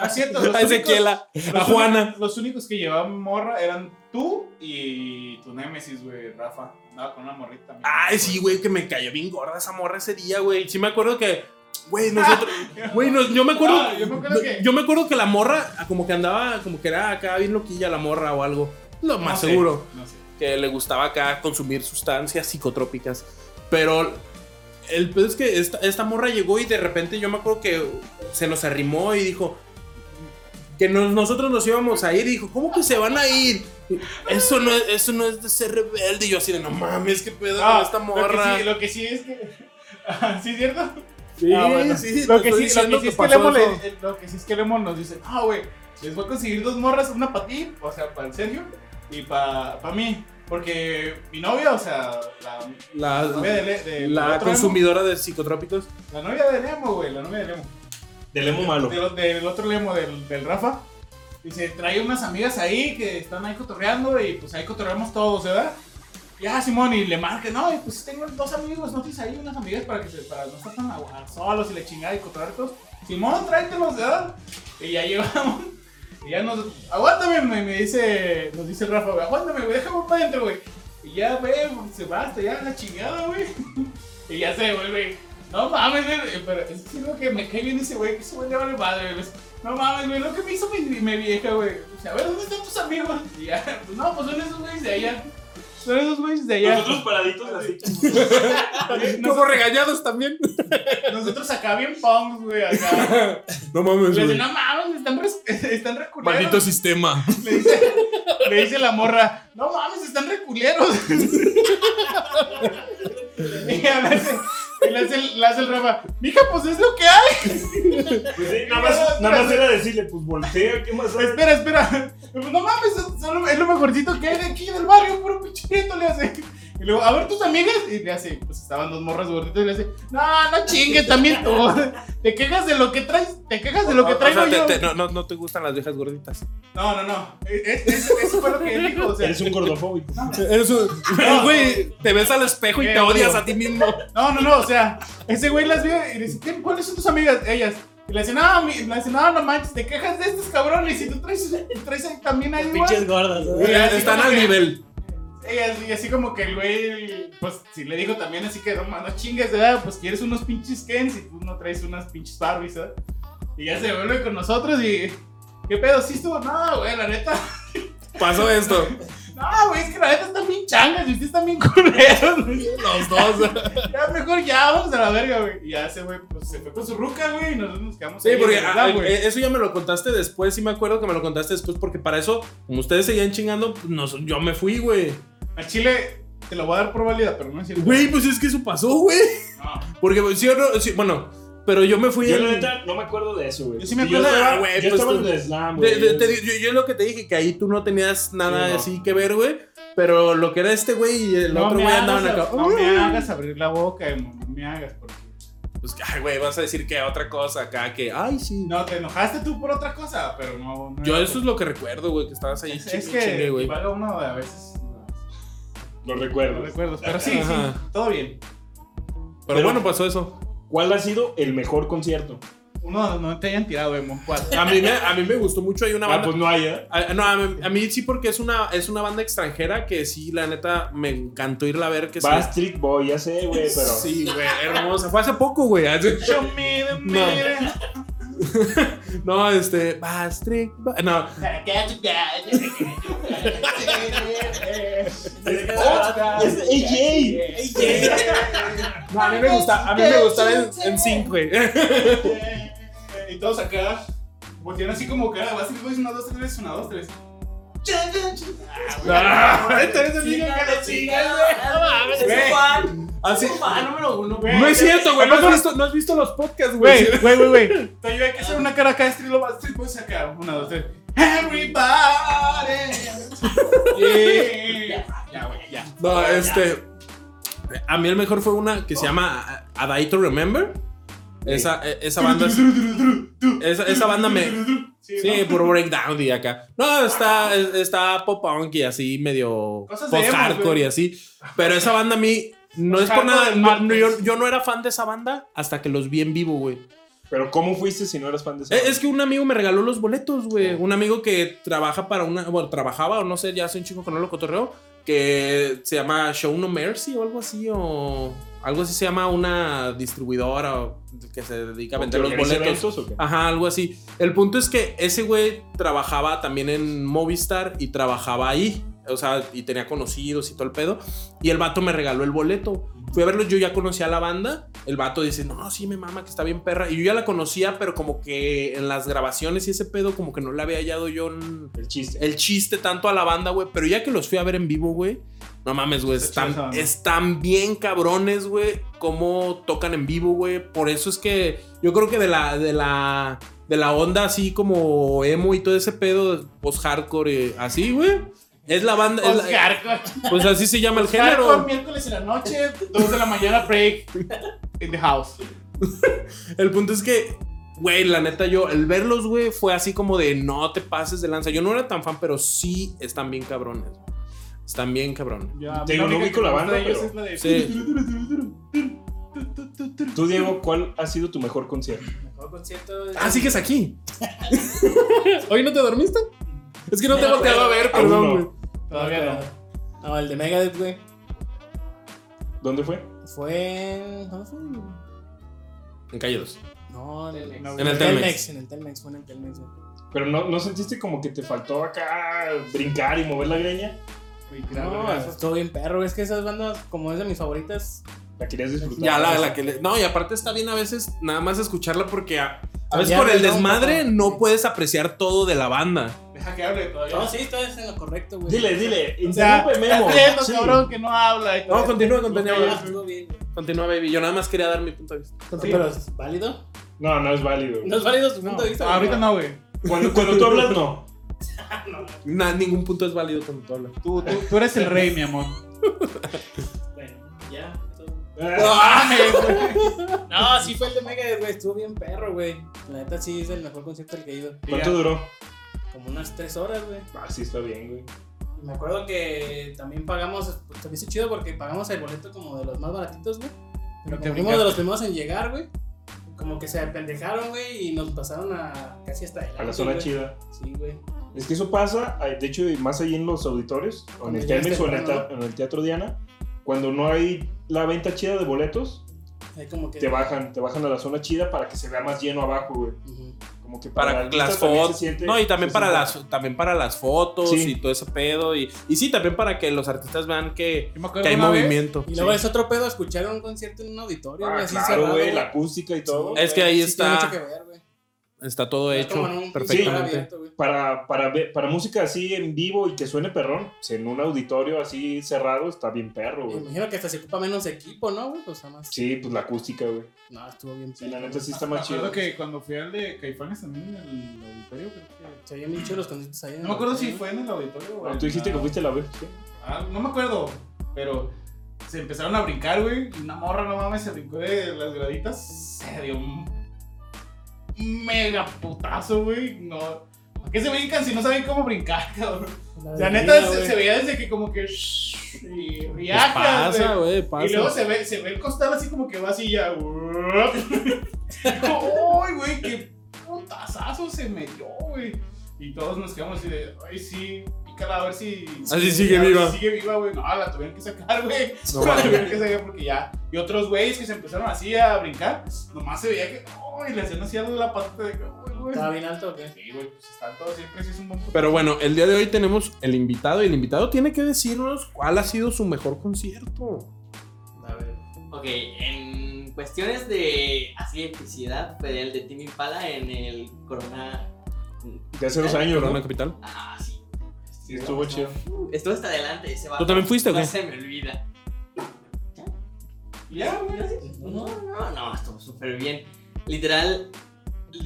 Speaker 2: Ah, cierto, los
Speaker 3: A Ezequiel. A
Speaker 2: únicos-
Speaker 3: a Juana.
Speaker 2: Los únicos que llevaban morra eran tú y tu némesis, güey, Rafa. Andaba con una morrita. mijo.
Speaker 3: Ay, sí, güey, que me cayó bien gorda esa morra ese día, güey. Sí me acuerdo que, güey, nosotros, güey, nos- yo me acuerdo,
Speaker 2: Ah, yo me acuerdo que-
Speaker 3: yo me acuerdo que la morra ah, como que andaba, como que era acá bien loquilla la morra o algo. Lo
Speaker 2: No
Speaker 3: más
Speaker 2: sé,
Speaker 3: seguro.
Speaker 2: No sé.
Speaker 3: que le gustaba acá consumir sustancias psicotrópicas. Pero el pedo es que esta, esta morra llegó y de repente yo me acuerdo que se nos arrimó y dijo que nos- nosotros nos íbamos a ir. Y dijo, ¿cómo que se van a ir? Eso no es, eso no es de ser rebelde. Y yo así de, no mames, qué pedo con
Speaker 2: Ah,
Speaker 3: esta
Speaker 2: Lo
Speaker 3: morra.
Speaker 2: que sí, lo que sí es que. Ah, ¿Sí es cierto?
Speaker 3: Sí,
Speaker 2: Ah, bueno.
Speaker 3: sí, te
Speaker 2: Lo que,
Speaker 3: estoy
Speaker 2: sí, lo,
Speaker 3: diciendo
Speaker 2: que sí es que
Speaker 3: pasó
Speaker 2: Lemon
Speaker 3: eso.
Speaker 2: le- lo que sí es que Lemon nos dice, ah, güey, les voy a conseguir dos morras, una para ti, o sea, para el Sergio, y para mí. Porque mi novia, o sea, la,
Speaker 3: La,
Speaker 2: la novia de, Le- de-
Speaker 3: la
Speaker 2: Ah, del otro
Speaker 3: consumidora de psicotrópicos.
Speaker 2: Lemo- la novia de Lemo, güey, la novia de Lemo.
Speaker 4: Del emo malo.
Speaker 2: Del, del otro Lemo, del, del Rafa. Dice, trae unas amigas ahí que están ahí cotorreando y pues ahí cotorreamos todos, ¿verdad? Ya, Simón, y le marca, no, y pues tengo dos amigos, ¿no tienes ahí unas amigas para que se, para no estar tan a- a solos y la chingada y cotorrear todos? Simón, tráetelos, ¿verdad? Y ya llegamos. Y ya nos. Aguántame, me, me dice. Nos dice el Rafa, güey. Aguántame, güey. Déjame para adentro, güey. Y ya, güey. Se basta, ya la chingada, güey. Y ya se vuelve. No mames, güey. eh, Pero es que lo que me cae bien ese güey. Que ese güey le vale madre, güey. No mames, güey. Lo que me hizo mi, mi vieja, güey. O sea, a ver, ¿dónde están tus amigos? Y ya. Pues no, pues son esos güeyes de allá. Son esos güeyes de allá.
Speaker 4: Nosotros paraditos así.
Speaker 3: Como regañados también.
Speaker 2: Nosotros acá bien punks, güey. Acá.
Speaker 3: No mames,
Speaker 2: Le
Speaker 3: Pues, güey.
Speaker 2: no mames, están, re, están reculeros.
Speaker 3: Maldito sistema.
Speaker 2: Le dice, le dice la morra, no mames, están reculeros. y ya le hace, y le hace, le hace el Rafa, mija, pues es lo que hay.
Speaker 4: Pues sí, nada más, nada más era decirle, pues voltea, ¿qué más haces?
Speaker 2: Espera, espera. Pues, no mames, es, solo- es lo mejorcito que hay de aquí del barrio, puro pichito le hace. Y luego, a ver tus amigas. Y le hace, pues estaban dos morras gorditas y le hace, no, no chingues también tú. Te quejas de lo que traes, te quejas de lo que
Speaker 3: O
Speaker 2: traigo
Speaker 3: sea, te-
Speaker 2: yo.
Speaker 3: te- no, no- no te gustan las viejas gorditas.
Speaker 2: No, no, no. E- e- Eso, eso fue lo que él dijo. O sea,
Speaker 4: Eres un gordofóbico.
Speaker 3: Eres un. Güey, te ves al espejo y
Speaker 2: Qué
Speaker 3: te odias
Speaker 2: duro.
Speaker 3: a ti mismo.
Speaker 2: No, no, no, o sea, ese güey las vio y le dice, "¿Qué- ¿cuáles son tus amigas? Ellas. Y le dice, no, mi- le dice, no, no manches, te quejas de estos cabrones y tú traes, traes ahí también ahí
Speaker 5: Pinches
Speaker 2: igual.
Speaker 5: gordas,
Speaker 2: Sí,
Speaker 5: güey.
Speaker 2: así
Speaker 3: Están
Speaker 2: como
Speaker 3: al
Speaker 2: que-
Speaker 3: nivel.
Speaker 2: Ellas, y así como que el güey, pues si le dijo también, así que no, man, no chingues, ¿verdad? Pues quieres unos pinches Kens y tú no traes unas pinches Barbies, ¿verdad? Y ya se vuelve con nosotros y, ¿qué pedo? Sí estuvo, no, güey, la neta.
Speaker 3: Pasó esto.
Speaker 2: No, güey, es que la neta están bien changas y ustedes están bien culeros.
Speaker 3: Los dos.
Speaker 2: Ya mejor ya, vamos a la verga, güey. Y ya ese güey, pues se fue con su ruca, güey, y nosotros nos quedamos
Speaker 3: Sí,
Speaker 2: ahí,
Speaker 3: porque
Speaker 2: ¿verdad,
Speaker 3: ah,
Speaker 2: güey?
Speaker 3: eh, eso ya me lo contaste después. Sí, me acuerdo que me lo contaste después. Porque para eso, como ustedes seguían chingando, pues, nos- yo me fui, güey.
Speaker 2: A Chile te lo voy a dar por válida, pero no es cierto.
Speaker 3: Güey, pues es que eso pasó, güey.
Speaker 2: No.
Speaker 3: Porque, pues, sí o no. sí, bueno, pero yo me fui.
Speaker 4: Yo
Speaker 3: en-
Speaker 4: la neta no me acuerdo de eso, güey.
Speaker 2: Yo sí me acuerdo
Speaker 4: estaba-
Speaker 3: de- güey,
Speaker 4: Yo
Speaker 3: pues
Speaker 4: estaba
Speaker 3: tú-
Speaker 4: en el slam,
Speaker 3: de-
Speaker 4: güey.
Speaker 3: de- te digo, yo, yo lo que te dije, que ahí tú no tenías nada
Speaker 4: Sí, no.
Speaker 3: así que ver, güey. Pero lo que era este güey y el
Speaker 2: No
Speaker 3: otro
Speaker 2: me
Speaker 3: güey
Speaker 2: hagas
Speaker 3: andaban
Speaker 2: ab-
Speaker 3: acá.
Speaker 2: No me hagas abrir la boca, emo, no me hagas, porque...
Speaker 3: Pues, ay, güey, vas a decir que otra cosa acá, que, ay, sí.
Speaker 2: No, te enojaste tú por otra cosa, pero no... no
Speaker 3: Yo
Speaker 2: era
Speaker 3: eso es lo que recuerdo, güey, que estabas ahí
Speaker 2: Es,
Speaker 3: chingue,
Speaker 2: es que
Speaker 3: chingue, güey.
Speaker 2: paga uno a veces...
Speaker 4: Lo
Speaker 2: No
Speaker 4: recuerdo.
Speaker 2: recuerdo, pero sí, sí,
Speaker 3: Ajá.
Speaker 2: todo bien.
Speaker 3: Pero,
Speaker 4: Pero-
Speaker 3: bueno, pasó eso.
Speaker 4: ¿Cuál ha sido el mejor concierto?
Speaker 2: Uno donde no te hayan tirado, emo, cuatro.
Speaker 3: A mí me, a mí me gustó mucho, hay una
Speaker 4: Ah,
Speaker 3: banda...
Speaker 4: pues no hay, ¿eh?
Speaker 3: a- no, a mí, a mí sí porque es una, es una banda extranjera que sí, la neta, me encantó irla a ver. Que se-
Speaker 4: Backstreet Boy, ya sé, güey, pero.
Speaker 3: Sí, güey, hermosa. Fue hace poco, güey. Hace-
Speaker 2: Show me the mirror.
Speaker 3: No, este... Bastric... No,
Speaker 4: Es AJ.
Speaker 3: no, a mí me gusta, a mí me gustaba en, en cinco, güey.
Speaker 2: Y todos acá. voltearon así como cara de Basil Boys, una, dos, tres, una, dos, tres. Chan, chan, chan.
Speaker 3: Ah, esta vez amigo, que
Speaker 1: Chíngalo,
Speaker 3: lo chingas,
Speaker 1: chíngalo.
Speaker 3: güey.
Speaker 1: No mames, es
Speaker 2: Güey.
Speaker 1: un fan.
Speaker 3: Así-
Speaker 1: Es un fan número uno.
Speaker 2: Güey.
Speaker 3: No es cierto, güey. No, has visto- no has visto los podcasts, güey.
Speaker 2: Güey, güey, güey, güey. Entonces yo hay que hacer una cara acá, estilo Backstreet Boys acá. Una, dos, tres. Everybody. Yeah. Ya, güey, ya.
Speaker 3: No, este. A mí el mejor fue una que se llama A A Die to Remember. Esa, eh, esa banda. Esa, esa banda me.
Speaker 2: Sí,
Speaker 3: Sí,
Speaker 2: ¿no?
Speaker 3: puro breakdown y acá. No, está, es- está pop punk y así, medio
Speaker 2: Cosas de emo,
Speaker 3: post-hardcore
Speaker 2: güey.
Speaker 3: y así. Pero esa banda a mí. No es por nada.
Speaker 2: Post-hardcore
Speaker 3: no-
Speaker 2: del
Speaker 3: yo,
Speaker 2: martes.
Speaker 3: yo no era fan de esa banda hasta que los vi en vivo, güey.
Speaker 4: Pero ¿cómo fuiste si no eras fan de esa
Speaker 3: Eh,
Speaker 4: banda?
Speaker 3: Es que un amigo me regaló los boletos, güey. Un amigo que trabaja para una. Bueno, trabajaba, o no sé, ya hace un chico que no lo cotorreo. Que se llama Show No Mercy o algo así, o. Algo así se llama una distribuidora o- que se dedica a vender los
Speaker 4: ¿Organiza
Speaker 3: boletos. Ah.
Speaker 4: eventos o qué?
Speaker 3: Ajá, algo así. El punto es que ese güey trabajaba también en Movistar y trabajaba ahí. O sea, y tenía conocidos y todo el pedo. Y el vato me regaló el boleto. Fui a verlo, yo ya conocía a la banda. El vato dice, no, sí, me mama, que está bien perra. Y yo ya la conocía, pero como que en las grabaciones y ese pedo, como que no le había hallado yo en-
Speaker 4: El chiste.
Speaker 3: el chiste tanto a la banda, güey. Pero ya que los fui a ver en vivo, güey. No mames, güey.
Speaker 2: Está chida esa
Speaker 3: Están,
Speaker 2: banda.
Speaker 3: están bien cabrones, güey. Cómo tocan en vivo, güey. Por eso es que yo creo que de la, de la, de la onda así como emo y todo ese pedo post-hardcore, eh, así, güey. Es la banda. es la-
Speaker 2: Oscar, con-
Speaker 3: pues así se llama el
Speaker 2: Oscar
Speaker 3: género.
Speaker 2: con miércoles en la noche, 2 de la mañana, break. In the house.
Speaker 3: El punto es que, güey, la neta, yo, el verlos, güey, fue así como de no te pases de lanza. Yo no era tan fan, pero sí están bien cabrones. Están bien cabrones.
Speaker 2: Ya,
Speaker 4: Te digo,
Speaker 2: única
Speaker 4: no ubico
Speaker 2: que
Speaker 4: la
Speaker 2: me
Speaker 4: banda,
Speaker 2: gusta de ellos
Speaker 4: pero-
Speaker 2: es la de-
Speaker 4: Tú, Diego, ¿cuál ha sido tu mejor concierto?
Speaker 5: Mejor concierto.
Speaker 3: Ah, sigues aquí. ¿Hoy no te dormiste? Es que no te he
Speaker 5: No,
Speaker 3: volteado a ver, perdón,
Speaker 4: Aún
Speaker 3: güey.
Speaker 4: no.
Speaker 2: Todavía no.
Speaker 5: No, el de Megadeth, güey.
Speaker 4: ¿Dónde fue?
Speaker 5: Fue. en- ¿Dónde fue?
Speaker 3: En Calle 2.
Speaker 5: No, en el,
Speaker 2: En
Speaker 3: el Telmex.
Speaker 5: En el Telmex, fue en el Telmex, güey.
Speaker 4: Pero no, no sentiste como que te faltó acá brincar y mover la greña.
Speaker 2: Uy, claro,
Speaker 5: No,
Speaker 2: gracias.
Speaker 5: estuvo bien perro. Es que esas bandas, como es de mis favoritas,
Speaker 4: La querías disfrutar.
Speaker 3: Ya la, la que le- No, y aparte está bien a veces nada más escucharla porque a, a veces
Speaker 5: Ya,
Speaker 3: por el
Speaker 5: ¿no?
Speaker 3: desmadre
Speaker 5: Ajá.
Speaker 3: no puedes apreciar todo de la banda.
Speaker 2: Deja que hable todavía.
Speaker 5: No, sí, esto es en lo correcto, güey.
Speaker 4: Dile, dile.
Speaker 2: O sea,
Speaker 4: Interrumpe, Memo.
Speaker 2: estás viendo,
Speaker 4: Sí.
Speaker 2: cabrón, que no habla. y todo.
Speaker 3: continúa,
Speaker 5: Ah, estuvo bien, güey.
Speaker 3: Continúa, baby. Yo nada más quería dar mi punto de vista.
Speaker 5: No, Pero es válido.
Speaker 4: No, no es válido.
Speaker 5: No es válido su punto de
Speaker 2: No,
Speaker 5: vista.
Speaker 2: ahorita no, güey.
Speaker 4: Cuando, cuando tú hablas, no.
Speaker 3: Na- ningún punto es válido cuando tú hablas.
Speaker 2: Tú, tú, tú eres el rey, mi amor.
Speaker 5: Bueno, ya. eso-
Speaker 4: Ah,
Speaker 5: No, sí fue el de Megadeth, güey. Estuvo bien perro, güey. La neta sí es el mejor concierto al que he ido.
Speaker 4: ¿Cuánto duró?
Speaker 5: Como unas tres horas, güey.
Speaker 4: Ah, sí, está bien, güey.
Speaker 5: Y Me acuerdo que también pagamos, pues, también hizo chido porque pagamos el boleto como de los más baratitos, güey. Pero
Speaker 2: No te
Speaker 5: como fuimos
Speaker 2: brincaste.
Speaker 5: de los primeros en llegar, güey. Como que se pendejaron, güey, y nos pasaron a casi hasta adelante.
Speaker 4: A la zona
Speaker 5: güey.
Speaker 4: chida.
Speaker 5: Sí, güey.
Speaker 4: Es que eso pasa, ay, de hecho, más allí en los auditorios, o en
Speaker 5: Cuando
Speaker 4: el
Speaker 5: llegas
Speaker 4: Telmex o en el,
Speaker 5: temprano,
Speaker 4: ta- en el Teatro Diana, cuando no hay la venta chida de boletos,
Speaker 5: Ahí como que.
Speaker 4: te bajan, te bajan a la zona chida para que se vea más lleno abajo, güey.
Speaker 5: Ujú.
Speaker 4: Como que para,
Speaker 3: Para
Speaker 4: el
Speaker 3: las
Speaker 4: artista también se
Speaker 3: fotos.
Speaker 4: siente-
Speaker 3: No, y también
Speaker 4: se
Speaker 3: para
Speaker 4: siente-
Speaker 3: las, también para las fotos
Speaker 4: Sí.
Speaker 3: y todo ese pedo. Y, y sí, también para que los artistas vean que,
Speaker 2: Yo me acuerdo
Speaker 3: que hay
Speaker 2: una vez-
Speaker 3: movimiento.
Speaker 5: Y luego es otro pedo escuchar un concierto en un auditorio, güey.
Speaker 4: Ah,
Speaker 5: así
Speaker 4: claro,
Speaker 5: cerrado,
Speaker 4: güey,
Speaker 5: güey.
Speaker 4: la acústica y todo.
Speaker 5: Sí,
Speaker 3: Es que
Speaker 5: güey,
Speaker 3: ahí
Speaker 5: sí tiene
Speaker 3: está-
Speaker 5: mucho que ver, güey.
Speaker 3: Está todo
Speaker 5: Está
Speaker 3: hecho
Speaker 5: como en un pinche lugar
Speaker 3: perfectamente.
Speaker 5: abierto, güey.
Speaker 4: Para, para, ver- para música así en vivo y que suene perrón, pues, en un auditorio así cerrado está bien perro,
Speaker 5: Me
Speaker 4: güey.
Speaker 5: imagino que hasta se ocupa menos equipo, ¿no, güey? Pues nada más.
Speaker 4: Sí, pues la acústica, güey.
Speaker 5: No, estuvo bien.
Speaker 4: Sí, la
Speaker 5: perro,
Speaker 4: neta sí está
Speaker 2: Me
Speaker 4: más chido.
Speaker 2: acuerdo que cuando fui al de Caifanes también, en el auditorio, creo que...
Speaker 5: Se habían dicho los conciertos ahí. en
Speaker 2: No me acuerdo
Speaker 5: el-
Speaker 2: si fue en el auditorio o
Speaker 4: Ah, Tú dijiste que
Speaker 2: fuiste
Speaker 4: fuiste a la vez. ¿sí?
Speaker 2: Ah, no me acuerdo, pero se empezaron a brincar, güey. y Una morra, no mames, se brincó de las graditas. Se dio un mega putazo, güey. No. ¿Por qué se brincan si no saben cómo brincar, cabrón? O sea,
Speaker 5: de
Speaker 2: neta,
Speaker 5: vida,
Speaker 2: se,
Speaker 5: güey.
Speaker 2: se veía desde que como que... shh, Y
Speaker 3: Pues
Speaker 2: viajas,
Speaker 3: pasa,
Speaker 2: güey.
Speaker 3: güey, pasa.
Speaker 2: Y luego se ve, se ve el costal así como que va así ya. Dijo, ¡Ay, güey! ¡Qué putazazo se metió, güey! Y todos nos quedamos así de, ¡ay, sí! Pícala a ver si.
Speaker 3: Así
Speaker 2: si-
Speaker 3: sigue
Speaker 2: a ver
Speaker 3: viva.
Speaker 2: si sigue viva, güey. No, la tuvieron que sacar, güey.
Speaker 3: No
Speaker 2: la
Speaker 3: mames.
Speaker 2: tuvieron que sacar porque ya. Y otros güeyes que se empezaron así a brincar, pues, nomás se veía que. ¡ay! Le hacían así a la patata de. ¡ay, güey!
Speaker 5: ¿Estaba bien alto o qué?
Speaker 2: Sí, güey, pues están todos siempre, sí es un buen putazo.
Speaker 3: Pero bueno, el día de hoy tenemos el invitado y el invitado tiene que decirnos cuál ha sido su mejor concierto.
Speaker 5: A ver.
Speaker 1: Ok, en cuestiones de así de epicidad, fue el de Timmy Pala en el Corona
Speaker 4: de
Speaker 5: Eh,
Speaker 4: hace dos años,
Speaker 3: Corona
Speaker 4: ¿no?
Speaker 3: Capital.
Speaker 1: Ah, sí.
Speaker 4: Sí, estuvo chido.
Speaker 1: Estuvo hasta adelante ese vato.
Speaker 3: ¿Tú también fuiste o
Speaker 1: No
Speaker 3: qué?
Speaker 1: se me olvida.
Speaker 2: Ya, güey.
Speaker 1: No, no, no, estuvo súper bien. Literal,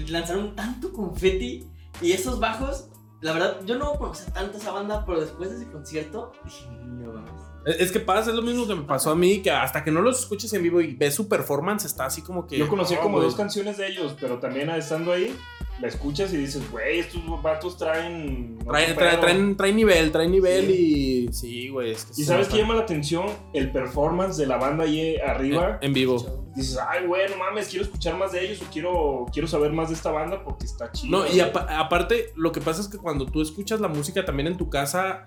Speaker 1: lanzaron tanto confeti y esos bajos. La verdad, yo no conocía tanto esa banda, pero después de ese concierto dije, no mames.
Speaker 3: Es es que pasa, es lo mismo que me pasó a mí, que hasta que no los escuches en vivo y ves su performance, está así como que.
Speaker 4: Yo conocí
Speaker 3: no, pues,
Speaker 4: como
Speaker 3: güey.
Speaker 4: dos canciones de ellos, pero también estando ahí, la escuchas y dices, güey, estos vatos traen. otro
Speaker 3: Trae, trae-
Speaker 4: pedo".
Speaker 3: traen- traen nivel, traen nivel y. Sí, güey. es que
Speaker 4: Y
Speaker 3: se
Speaker 4: sabes
Speaker 3: nota.
Speaker 4: qué llama la atención el performance de la banda ahí arriba.
Speaker 3: En, en vivo.
Speaker 4: Dices, ay, güey, no mames, quiero escuchar más de ellos o quiero, quiero saber más de esta banda porque está chido.
Speaker 3: No, y apa- aparte, lo que pasa es que cuando tú escuchas la música también en tu casa,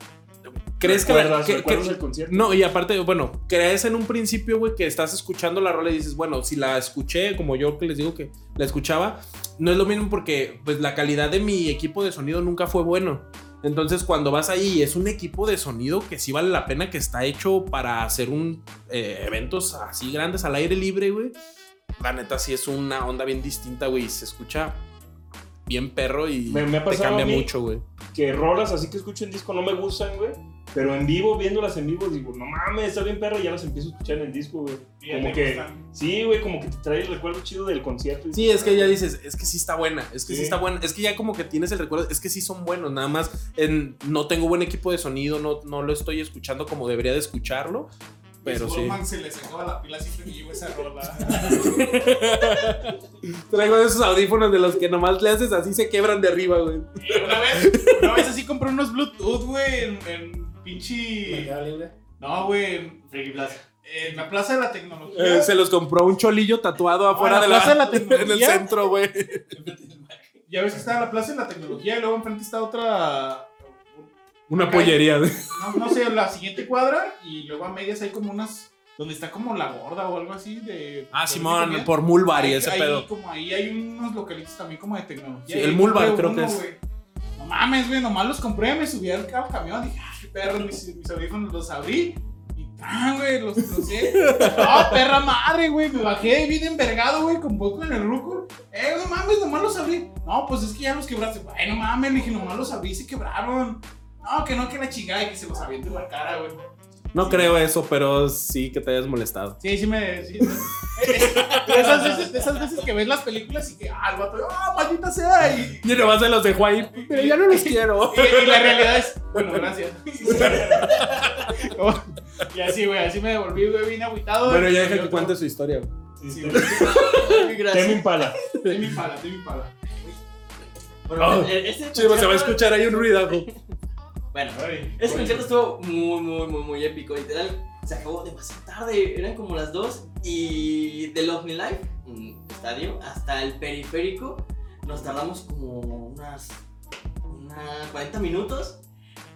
Speaker 3: crees que. la-
Speaker 4: ¿Recuerdas,
Speaker 3: que-
Speaker 4: recuerdas
Speaker 3: que-
Speaker 4: el concierto?
Speaker 3: No, y aparte, bueno, crees en un principio, güey, que estás escuchando la rola y dices, bueno, si la escuché, como yo que les digo que la escuchaba, no es lo mismo porque, pues, la calidad de mi equipo de sonido nunca fue bueno. Entonces, cuando vas ahí, es un equipo de sonido que sí vale la pena, que está hecho para hacer un eh, eventos así grandes al aire libre, güey. La neta sí es una onda bien distinta, güey, y se escucha bien perro y
Speaker 4: Me- me ha
Speaker 3: te
Speaker 4: pasado
Speaker 3: cambia
Speaker 4: a mí.
Speaker 3: mucho, güey.
Speaker 4: Que rolas así que escucho en disco no me gustan, güey. Pero en vivo, viéndolas en vivo, digo, no mames, está bien perro, y ya las empiezo a escuchar en el disco, güey.
Speaker 2: Ya
Speaker 4: Como
Speaker 2: te
Speaker 4: que,
Speaker 2: gustan.
Speaker 4: sí, güey, como que te trae el recuerdo chido del concierto.
Speaker 3: Sí, es que ya dices, es que sí está buena, es que sí,
Speaker 4: Sí.
Speaker 3: está buena, es que ya como que tienes el recuerdo, es que sí son buenos, nada más en- no tengo buen equipo de sonido, no, no lo estoy escuchando como debería de escucharlo, pero sí.
Speaker 2: Sportman se le secaba la pila siempre que llevo esa rola.
Speaker 3: Traigo de esos audífonos de los que nomás le haces así se quebran de arriba, güey.
Speaker 2: Y una vez, una vez así compré unos Bluetooth, güey, en, en pinche.
Speaker 5: Mercado Libre.
Speaker 2: No, güey, en, en la Plaza de la Tecnología.
Speaker 3: Eh, se los compró un cholillo tatuado afuera
Speaker 2: la
Speaker 3: de Ah, la,
Speaker 2: Plaza de la
Speaker 3: en el
Speaker 2: Tecnología.
Speaker 3: centro, güey.
Speaker 2: Ya ves que estaba la Plaza de la Tecnología y luego enfrente está otra.
Speaker 3: Una
Speaker 2: Ok.
Speaker 3: pollería. güey.
Speaker 2: No, no sé, la siguiente cuadra y luego a medias hay como unas. Donde está como la gorda o algo así de.
Speaker 3: Ah,
Speaker 2: de
Speaker 3: Simón,
Speaker 2: comida.
Speaker 3: por Mulberry,
Speaker 2: Ahí-
Speaker 3: ese
Speaker 2: ahí
Speaker 3: pedo.
Speaker 2: Como ahí hay unos localitos también como de tecnología.
Speaker 3: Sí, el
Speaker 2: Ahí
Speaker 3: Mulbar
Speaker 2: compré
Speaker 3: creo que es.
Speaker 2: güey. No mames, güey, nomás los compré, me subí al ca- camión, dije, ah, qué perro, mis, mis audífonos los abrí. Y ah, güey, los crucé. No, perra madre, güey, me bajé bien envergado, güey, con poco en el ruco. Eh, no mames, nomás los abrí. No, pues es que ya los quebraste. Ay, no mames, le dije, nomás los abrí y se quebraron. No, que no, que la chingada y que se los aviente en la cara, güey.
Speaker 3: No creo eso, pero sí que te hayas molestado.
Speaker 2: Sí, sí me. Sí, Eh, de, esas veces, de esas veces que ves las películas y que, ah, el vato, ah, maldita sea. Y,
Speaker 3: Y nomás se los dejó ahí, pero ya no los quiero.
Speaker 2: y- y la realidad es, bueno, gracias. y así, güey, así me devolví, güey, bien agüitado.
Speaker 3: Bueno, ya
Speaker 2: Y
Speaker 3: deja
Speaker 2: yo,
Speaker 3: que cuente su historia. güey.
Speaker 2: Sí, güey,
Speaker 1: Ay,
Speaker 4: Temi
Speaker 1: Gracias.
Speaker 4: Impala.
Speaker 2: ten mi pala, ten mi pala.
Speaker 1: Bueno,
Speaker 3: Oh,
Speaker 1: e- ese
Speaker 3: Sí, se va a
Speaker 1: concierto-
Speaker 3: escuchar ahí un ruidajo.
Speaker 1: Bueno,
Speaker 2: Ay,
Speaker 1: ese concierto estuvo muy, muy, muy, muy épico. Literal, se acabó demasiado tarde. Eran como las 2 y del OmniLife, mm, estadio, hasta el periférico, nos tardamos como unas, unas 40 minutos.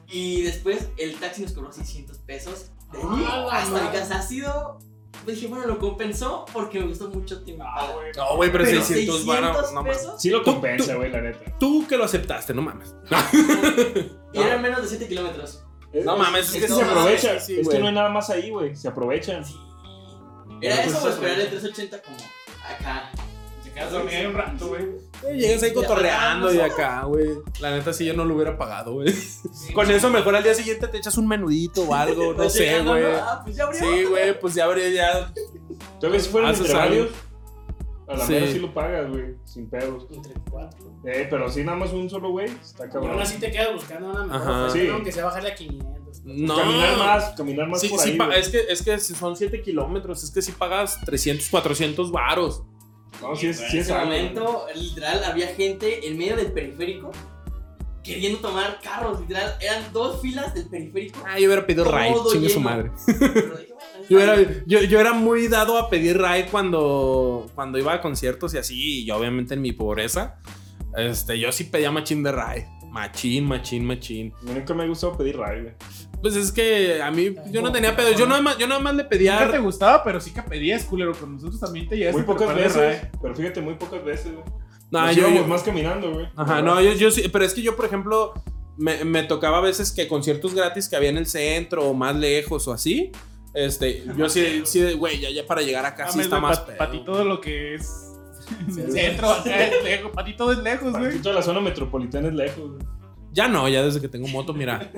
Speaker 1: Y después el taxi nos cobró 600 pesos. De allí
Speaker 5: Ah, la
Speaker 1: hasta mi
Speaker 5: madre.
Speaker 1: casa ha sido. Dije, bueno, lo compensó porque me gustó mucho Tim Impala.
Speaker 2: güey.
Speaker 3: No, güey, Ah, pero,
Speaker 1: Pero
Speaker 3: 600 varos, no mames.
Speaker 1: pesos.
Speaker 4: Sí lo
Speaker 3: Tú-
Speaker 4: compensa, güey, la neta.
Speaker 3: Tú que lo aceptaste, no mames.
Speaker 1: Y
Speaker 3: Ah.
Speaker 1: eran menos de 7 kilómetros.
Speaker 3: No mames,
Speaker 4: es
Speaker 1: es
Speaker 4: que
Speaker 1: que
Speaker 4: se
Speaker 1: no
Speaker 4: aprovechan.
Speaker 3: mames, sí,
Speaker 4: es que
Speaker 3: güey.
Speaker 4: no hay nada más ahí, güey. Se aprovechan.
Speaker 1: Era
Speaker 4: Pero
Speaker 1: eso o
Speaker 4: pues,
Speaker 1: esperar el 380 como acá.
Speaker 2: Te quedas dormido ahí un rato, güey.
Speaker 3: Llegas ahí cotorreando y
Speaker 1: Ya
Speaker 3: acá, güey. La neta, sí, yo no lo hubiera pagado, güey. Con eso, mejor al día siguiente te echas un menudito o algo, no sé,
Speaker 1: Llegando,
Speaker 3: güey.
Speaker 1: ¿no? Ah, pues ya abrió.
Speaker 3: Sí, güey, pues ya habría ya.
Speaker 4: Todavía si fueran
Speaker 3: Haces
Speaker 4: entre
Speaker 3: algo.
Speaker 4: varios, a la
Speaker 3: Sí.
Speaker 4: mera sí lo pagas, güey. Sin pedos.
Speaker 5: Entre cuatro.
Speaker 4: Eh, pero sí, nada más un solo, güey. Está
Speaker 5: Y aún
Speaker 4: cabrón.
Speaker 5: así te quedas buscando una mejor
Speaker 3: Ajá.
Speaker 5: oferta,
Speaker 4: Sí.
Speaker 5: ¿no? aunque sea bajarle a 500.
Speaker 3: No.
Speaker 4: Caminar más, caminar más
Speaker 3: Sí,
Speaker 4: por
Speaker 3: sí,
Speaker 4: ahí.
Speaker 3: pa-
Speaker 4: güey.
Speaker 3: es que, es que si son 7 kilómetros, es que si pagas 300, 400 varos.
Speaker 4: No, sí es,
Speaker 1: En
Speaker 4: sí es
Speaker 1: ese
Speaker 4: algo, güey.
Speaker 1: momento, literal, había gente en medio del periférico queriendo tomar carros, literal. Eran dos filas del periférico.
Speaker 3: Ah, yo hubiera pedido
Speaker 1: Todo
Speaker 3: ride, chingue su
Speaker 1: lleno.
Speaker 3: madre.
Speaker 1: Pero dije, bueno,
Speaker 3: Yo
Speaker 1: está
Speaker 3: era,
Speaker 1: bien.
Speaker 3: yo, yo era muy dado a pedir ride cuando, cuando iba a conciertos y así, y yo obviamente en mi pobreza, este, yo sí pedía machín de ride. Machín, machín, machín.
Speaker 4: A mí Nunca me ha gustado pedir ride, güey.
Speaker 3: Pues es que a mí yo no tenía pedo. Yo nada más, yo nada más le
Speaker 2: Nunca te
Speaker 3: pedía.
Speaker 2: gustaba, pero sí que pedías, culero. Con nosotros también te llegaste
Speaker 4: Muy
Speaker 2: a
Speaker 4: pocas
Speaker 2: preparar,
Speaker 4: veces.
Speaker 2: ¿eh?
Speaker 4: Pero fíjate, muy pocas veces, güey.
Speaker 3: No,
Speaker 4: Nos
Speaker 3: yo,
Speaker 4: íbamos
Speaker 3: yo-
Speaker 4: más caminando, güey.
Speaker 3: Ajá, no, yo, yo sí. Pero es que yo, por ejemplo, me, me tocaba a veces que conciertos gratis que había en el centro o más lejos o así. Este, yo sí, sí, de, güey, ya, ya para llegar acá sí
Speaker 2: Mames,
Speaker 3: está
Speaker 2: güey,
Speaker 3: más
Speaker 2: pa-
Speaker 3: pedo.
Speaker 2: Para ti todo lo que es En el centro, acá es lejos. Para ti todo es lejos,
Speaker 4: Para ti
Speaker 2: güey.
Speaker 4: toda la zona metropolitana es lejos. güey.
Speaker 3: Ya no, ya desde que tengo moto, mira.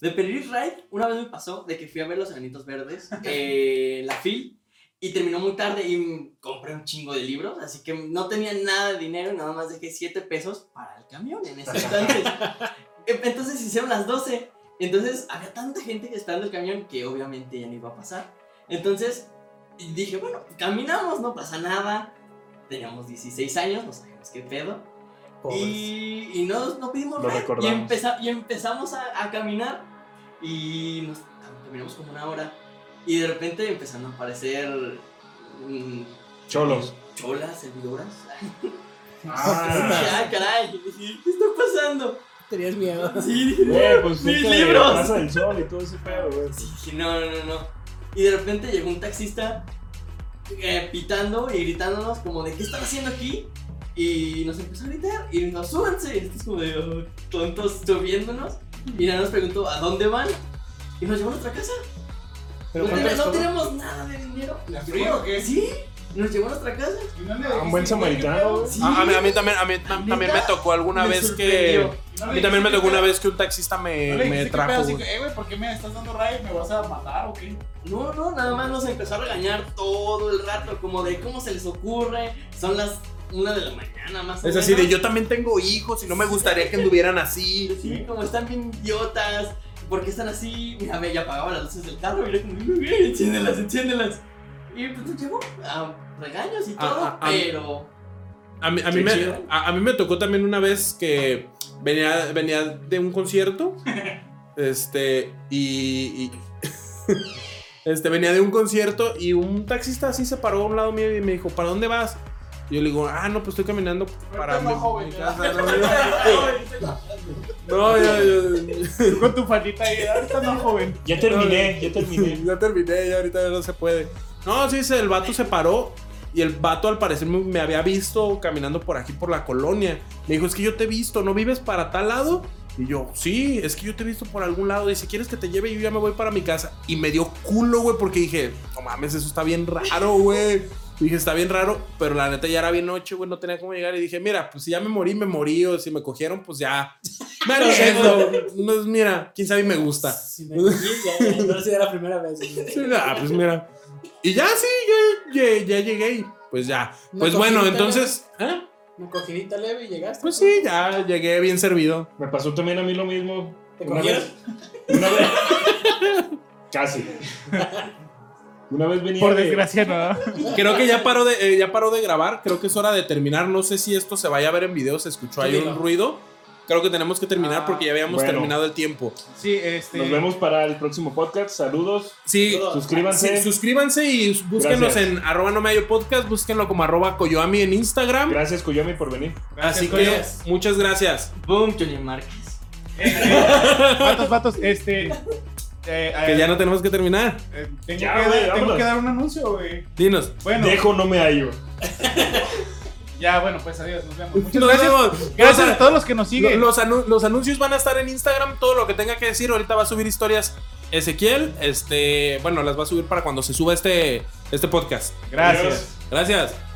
Speaker 1: De pedir Ride, una vez me pasó de que fui a ver los enanitos verdes, eh, la FIL, y terminó muy tarde y m- compré un chingo de libros, así que no tenía nada de dinero, nada más dejé 7 pesos para el camión en ese entonces. Eh, entonces hicieron las 12, entonces había tanta gente que esperando el camión que obviamente ya no iba a pasar. Entonces dije, bueno, caminamos, no pasa nada. Teníamos 16 años, no sabíamos qué pedo.
Speaker 5: Pobres.
Speaker 1: Y, y no, no pedimos
Speaker 4: Lo
Speaker 1: ride. Y,
Speaker 4: recordamos.
Speaker 1: empeza- y empezamos a, a caminar. Y nos caminamos como una hora. Y de repente empezaron a aparecer. mm,
Speaker 4: Cholos.
Speaker 1: Cholas, servidoras.
Speaker 4: Ah.
Speaker 1: Ay, caray. dije, ¿Qué está pasando?
Speaker 5: Tenías miedo.
Speaker 1: Sí, dije,
Speaker 4: Güey, pues
Speaker 1: Mis
Speaker 4: cerca de la
Speaker 1: libros.
Speaker 4: Plaza del Sol y todo ese pedo, güey.
Speaker 1: Sí, dije, no, no, no, no. Y de repente llegó un taxista eh, pitando y gritándonos como de, ¿qué están haciendo aquí? Y nos empezó a gritar y nos súbanse. Estos como de oh, tontos subiéndonos. Y nada nos preguntó, ¿a dónde van? Y nos llevó a nuestra casa.
Speaker 5: Pero
Speaker 1: no,
Speaker 4: Pues
Speaker 5: ¿cuánto
Speaker 1: tenemos- no tenemos
Speaker 5: les cobró?
Speaker 1: nada de dinero.
Speaker 2: ¿La frío o qué?
Speaker 1: Sí, nos llevó a nuestra casa.
Speaker 2: ¿Y no le
Speaker 4: Ah, un
Speaker 2: dijiste,
Speaker 4: buen
Speaker 2: güey, qué
Speaker 4: samaritano,
Speaker 2: pedo?
Speaker 4: güey.
Speaker 1: Sí.
Speaker 3: A, a mí, a mí también, a mí tam-
Speaker 1: ¿Neta?
Speaker 3: también me tocó alguna
Speaker 1: Me
Speaker 3: vez que.
Speaker 1: sorprendió.
Speaker 2: No le
Speaker 3: A mí también me
Speaker 2: dijiste,
Speaker 3: tocó
Speaker 2: ¿qué
Speaker 3: una
Speaker 2: pedo?
Speaker 3: vez que un taxista me,
Speaker 2: No le
Speaker 3: me
Speaker 2: dijiste, ¿qué pedo?
Speaker 3: trajo.
Speaker 2: Así
Speaker 3: güey.
Speaker 2: que, eh, güey, ¿por qué me estás dando rayos? ¿Me vas a matar o qué?
Speaker 1: No, no, nada más nos empezó a regañar todo el rato, como de cómo se les ocurre. Son las una de la mañana más o
Speaker 3: Es así de
Speaker 1: menos.
Speaker 3: yo también tengo hijos y no me gustaría que anduvieran así.
Speaker 1: Sí, como están bien idiotas. ¿Por qué están así? Mira, ve, ya apagaba las luces del carro. Mira, como, "Güey, güey, enciéndelas, enciéndelas. Y pues nos llevó a regaños y
Speaker 3: Ah,
Speaker 1: todo,
Speaker 3: ah, ah.
Speaker 1: pero.
Speaker 3: A mí, a,
Speaker 4: Qué
Speaker 3: mí me,
Speaker 4: chido.
Speaker 3: a, a mí me tocó también una vez que venía, venía de un concierto. este, y. y- este, venía de un concierto y un taxista así se paró a un lado mío y me dijo, ¿para dónde vas? Y yo le digo, ah, no, pues estoy caminando para
Speaker 2: Vete,
Speaker 3: mi,
Speaker 2: mojo, güey,
Speaker 3: mi
Speaker 2: ya.
Speaker 3: casa. No, No, yo- yo-
Speaker 2: Tú con tu faldita ahí, ahorita no, joven.
Speaker 4: Ya terminé, ya terminé.
Speaker 3: ya terminé, ya ahorita ya no se puede. No, sí, se- el vato se paró y el vato al parecer me, me había visto caminando por aquí, por la colonia. Me dijo, es que yo te he visto, ¿no vives para tal lado? Y yo, sí, es que yo te he visto por algún lado. Dice, ¿quieres que te lleve? Yo ya me voy para mi casa. Y me dio culo, güey, porque dije, no mames, eso está bien raro, güey. Dije, está bien raro, pero la neta ya era bien noche, güey, no tenía cómo llegar. Y dije, mira, pues si ya me morí, me morí, o si me cogieron, pues ya. Me lo Pues mira, quién sabe y me gusta.
Speaker 5: Sí, me- ya, ya, ya, No sé si era la primera vez. güey.
Speaker 3: Sí, ah, pues mira. Y ya sí, ya, ya, ya llegué y pues ya.
Speaker 5: Una
Speaker 3: Pues bueno,
Speaker 5: cosita,
Speaker 3: entonces, ¿eh?
Speaker 5: Una cogidita leve y llegaste.
Speaker 3: pues sí, ya llegué bien servido.
Speaker 4: Me pasó también a mí lo mismo.
Speaker 5: ¿Te
Speaker 4: Una
Speaker 5: cogieron?
Speaker 4: vez. Una vez. Casi. Una vez venía.
Speaker 2: Por
Speaker 4: de-
Speaker 2: desgracia, no.
Speaker 3: Creo que ya paró de, eh, ya paró de grabar, creo que es hora de terminar. No sé si esto se vaya a ver en video, se escuchó ahí
Speaker 5: Dilo.
Speaker 3: un ruido. Creo que tenemos que terminar
Speaker 2: Ah,
Speaker 3: porque ya habíamos
Speaker 4: bueno.
Speaker 3: terminado el tiempo.
Speaker 2: Sí, este.
Speaker 4: Nos vemos para el próximo podcast. Saludos.
Speaker 3: Sí,
Speaker 4: Suscríbanse.
Speaker 3: sí, suscríbanse y búsquenos
Speaker 4: Gracias.
Speaker 3: en arroba no me hallo podcast, búsquenlo como arroba coyoami en Instagram.
Speaker 4: Gracias, Koyomi, por venir.
Speaker 3: Así que
Speaker 2: Gracias.
Speaker 3: muchas gracias.
Speaker 1: Boom, Johnny Márquez.
Speaker 2: Vatos, vatos, este. eh,
Speaker 3: Que
Speaker 2: eh,
Speaker 3: ya no tenemos que terminar.
Speaker 2: eh, tengo,
Speaker 4: Ya,
Speaker 2: que,
Speaker 4: güey,
Speaker 2: dar- tengo
Speaker 4: vámonos.
Speaker 2: que dar un anuncio, güey.
Speaker 3: Dinos.
Speaker 2: Bueno,
Speaker 4: Dejo, no me hallo.
Speaker 2: ya, bueno, pues adiós, nos vemos. Muchas
Speaker 3: Nos
Speaker 2: gracias.
Speaker 3: vemos.
Speaker 2: Gracias
Speaker 3: Nos-
Speaker 2: a todos los que nos siguen.
Speaker 3: Los, anu- los anuncios van a estar en Instagram, todo lo que tenga que decir. Ahorita va a subir historias Ezequiel. Este, bueno, las va a subir para cuando se suba este, este podcast.
Speaker 2: Gracias.
Speaker 4: Adiós.
Speaker 3: Gracias.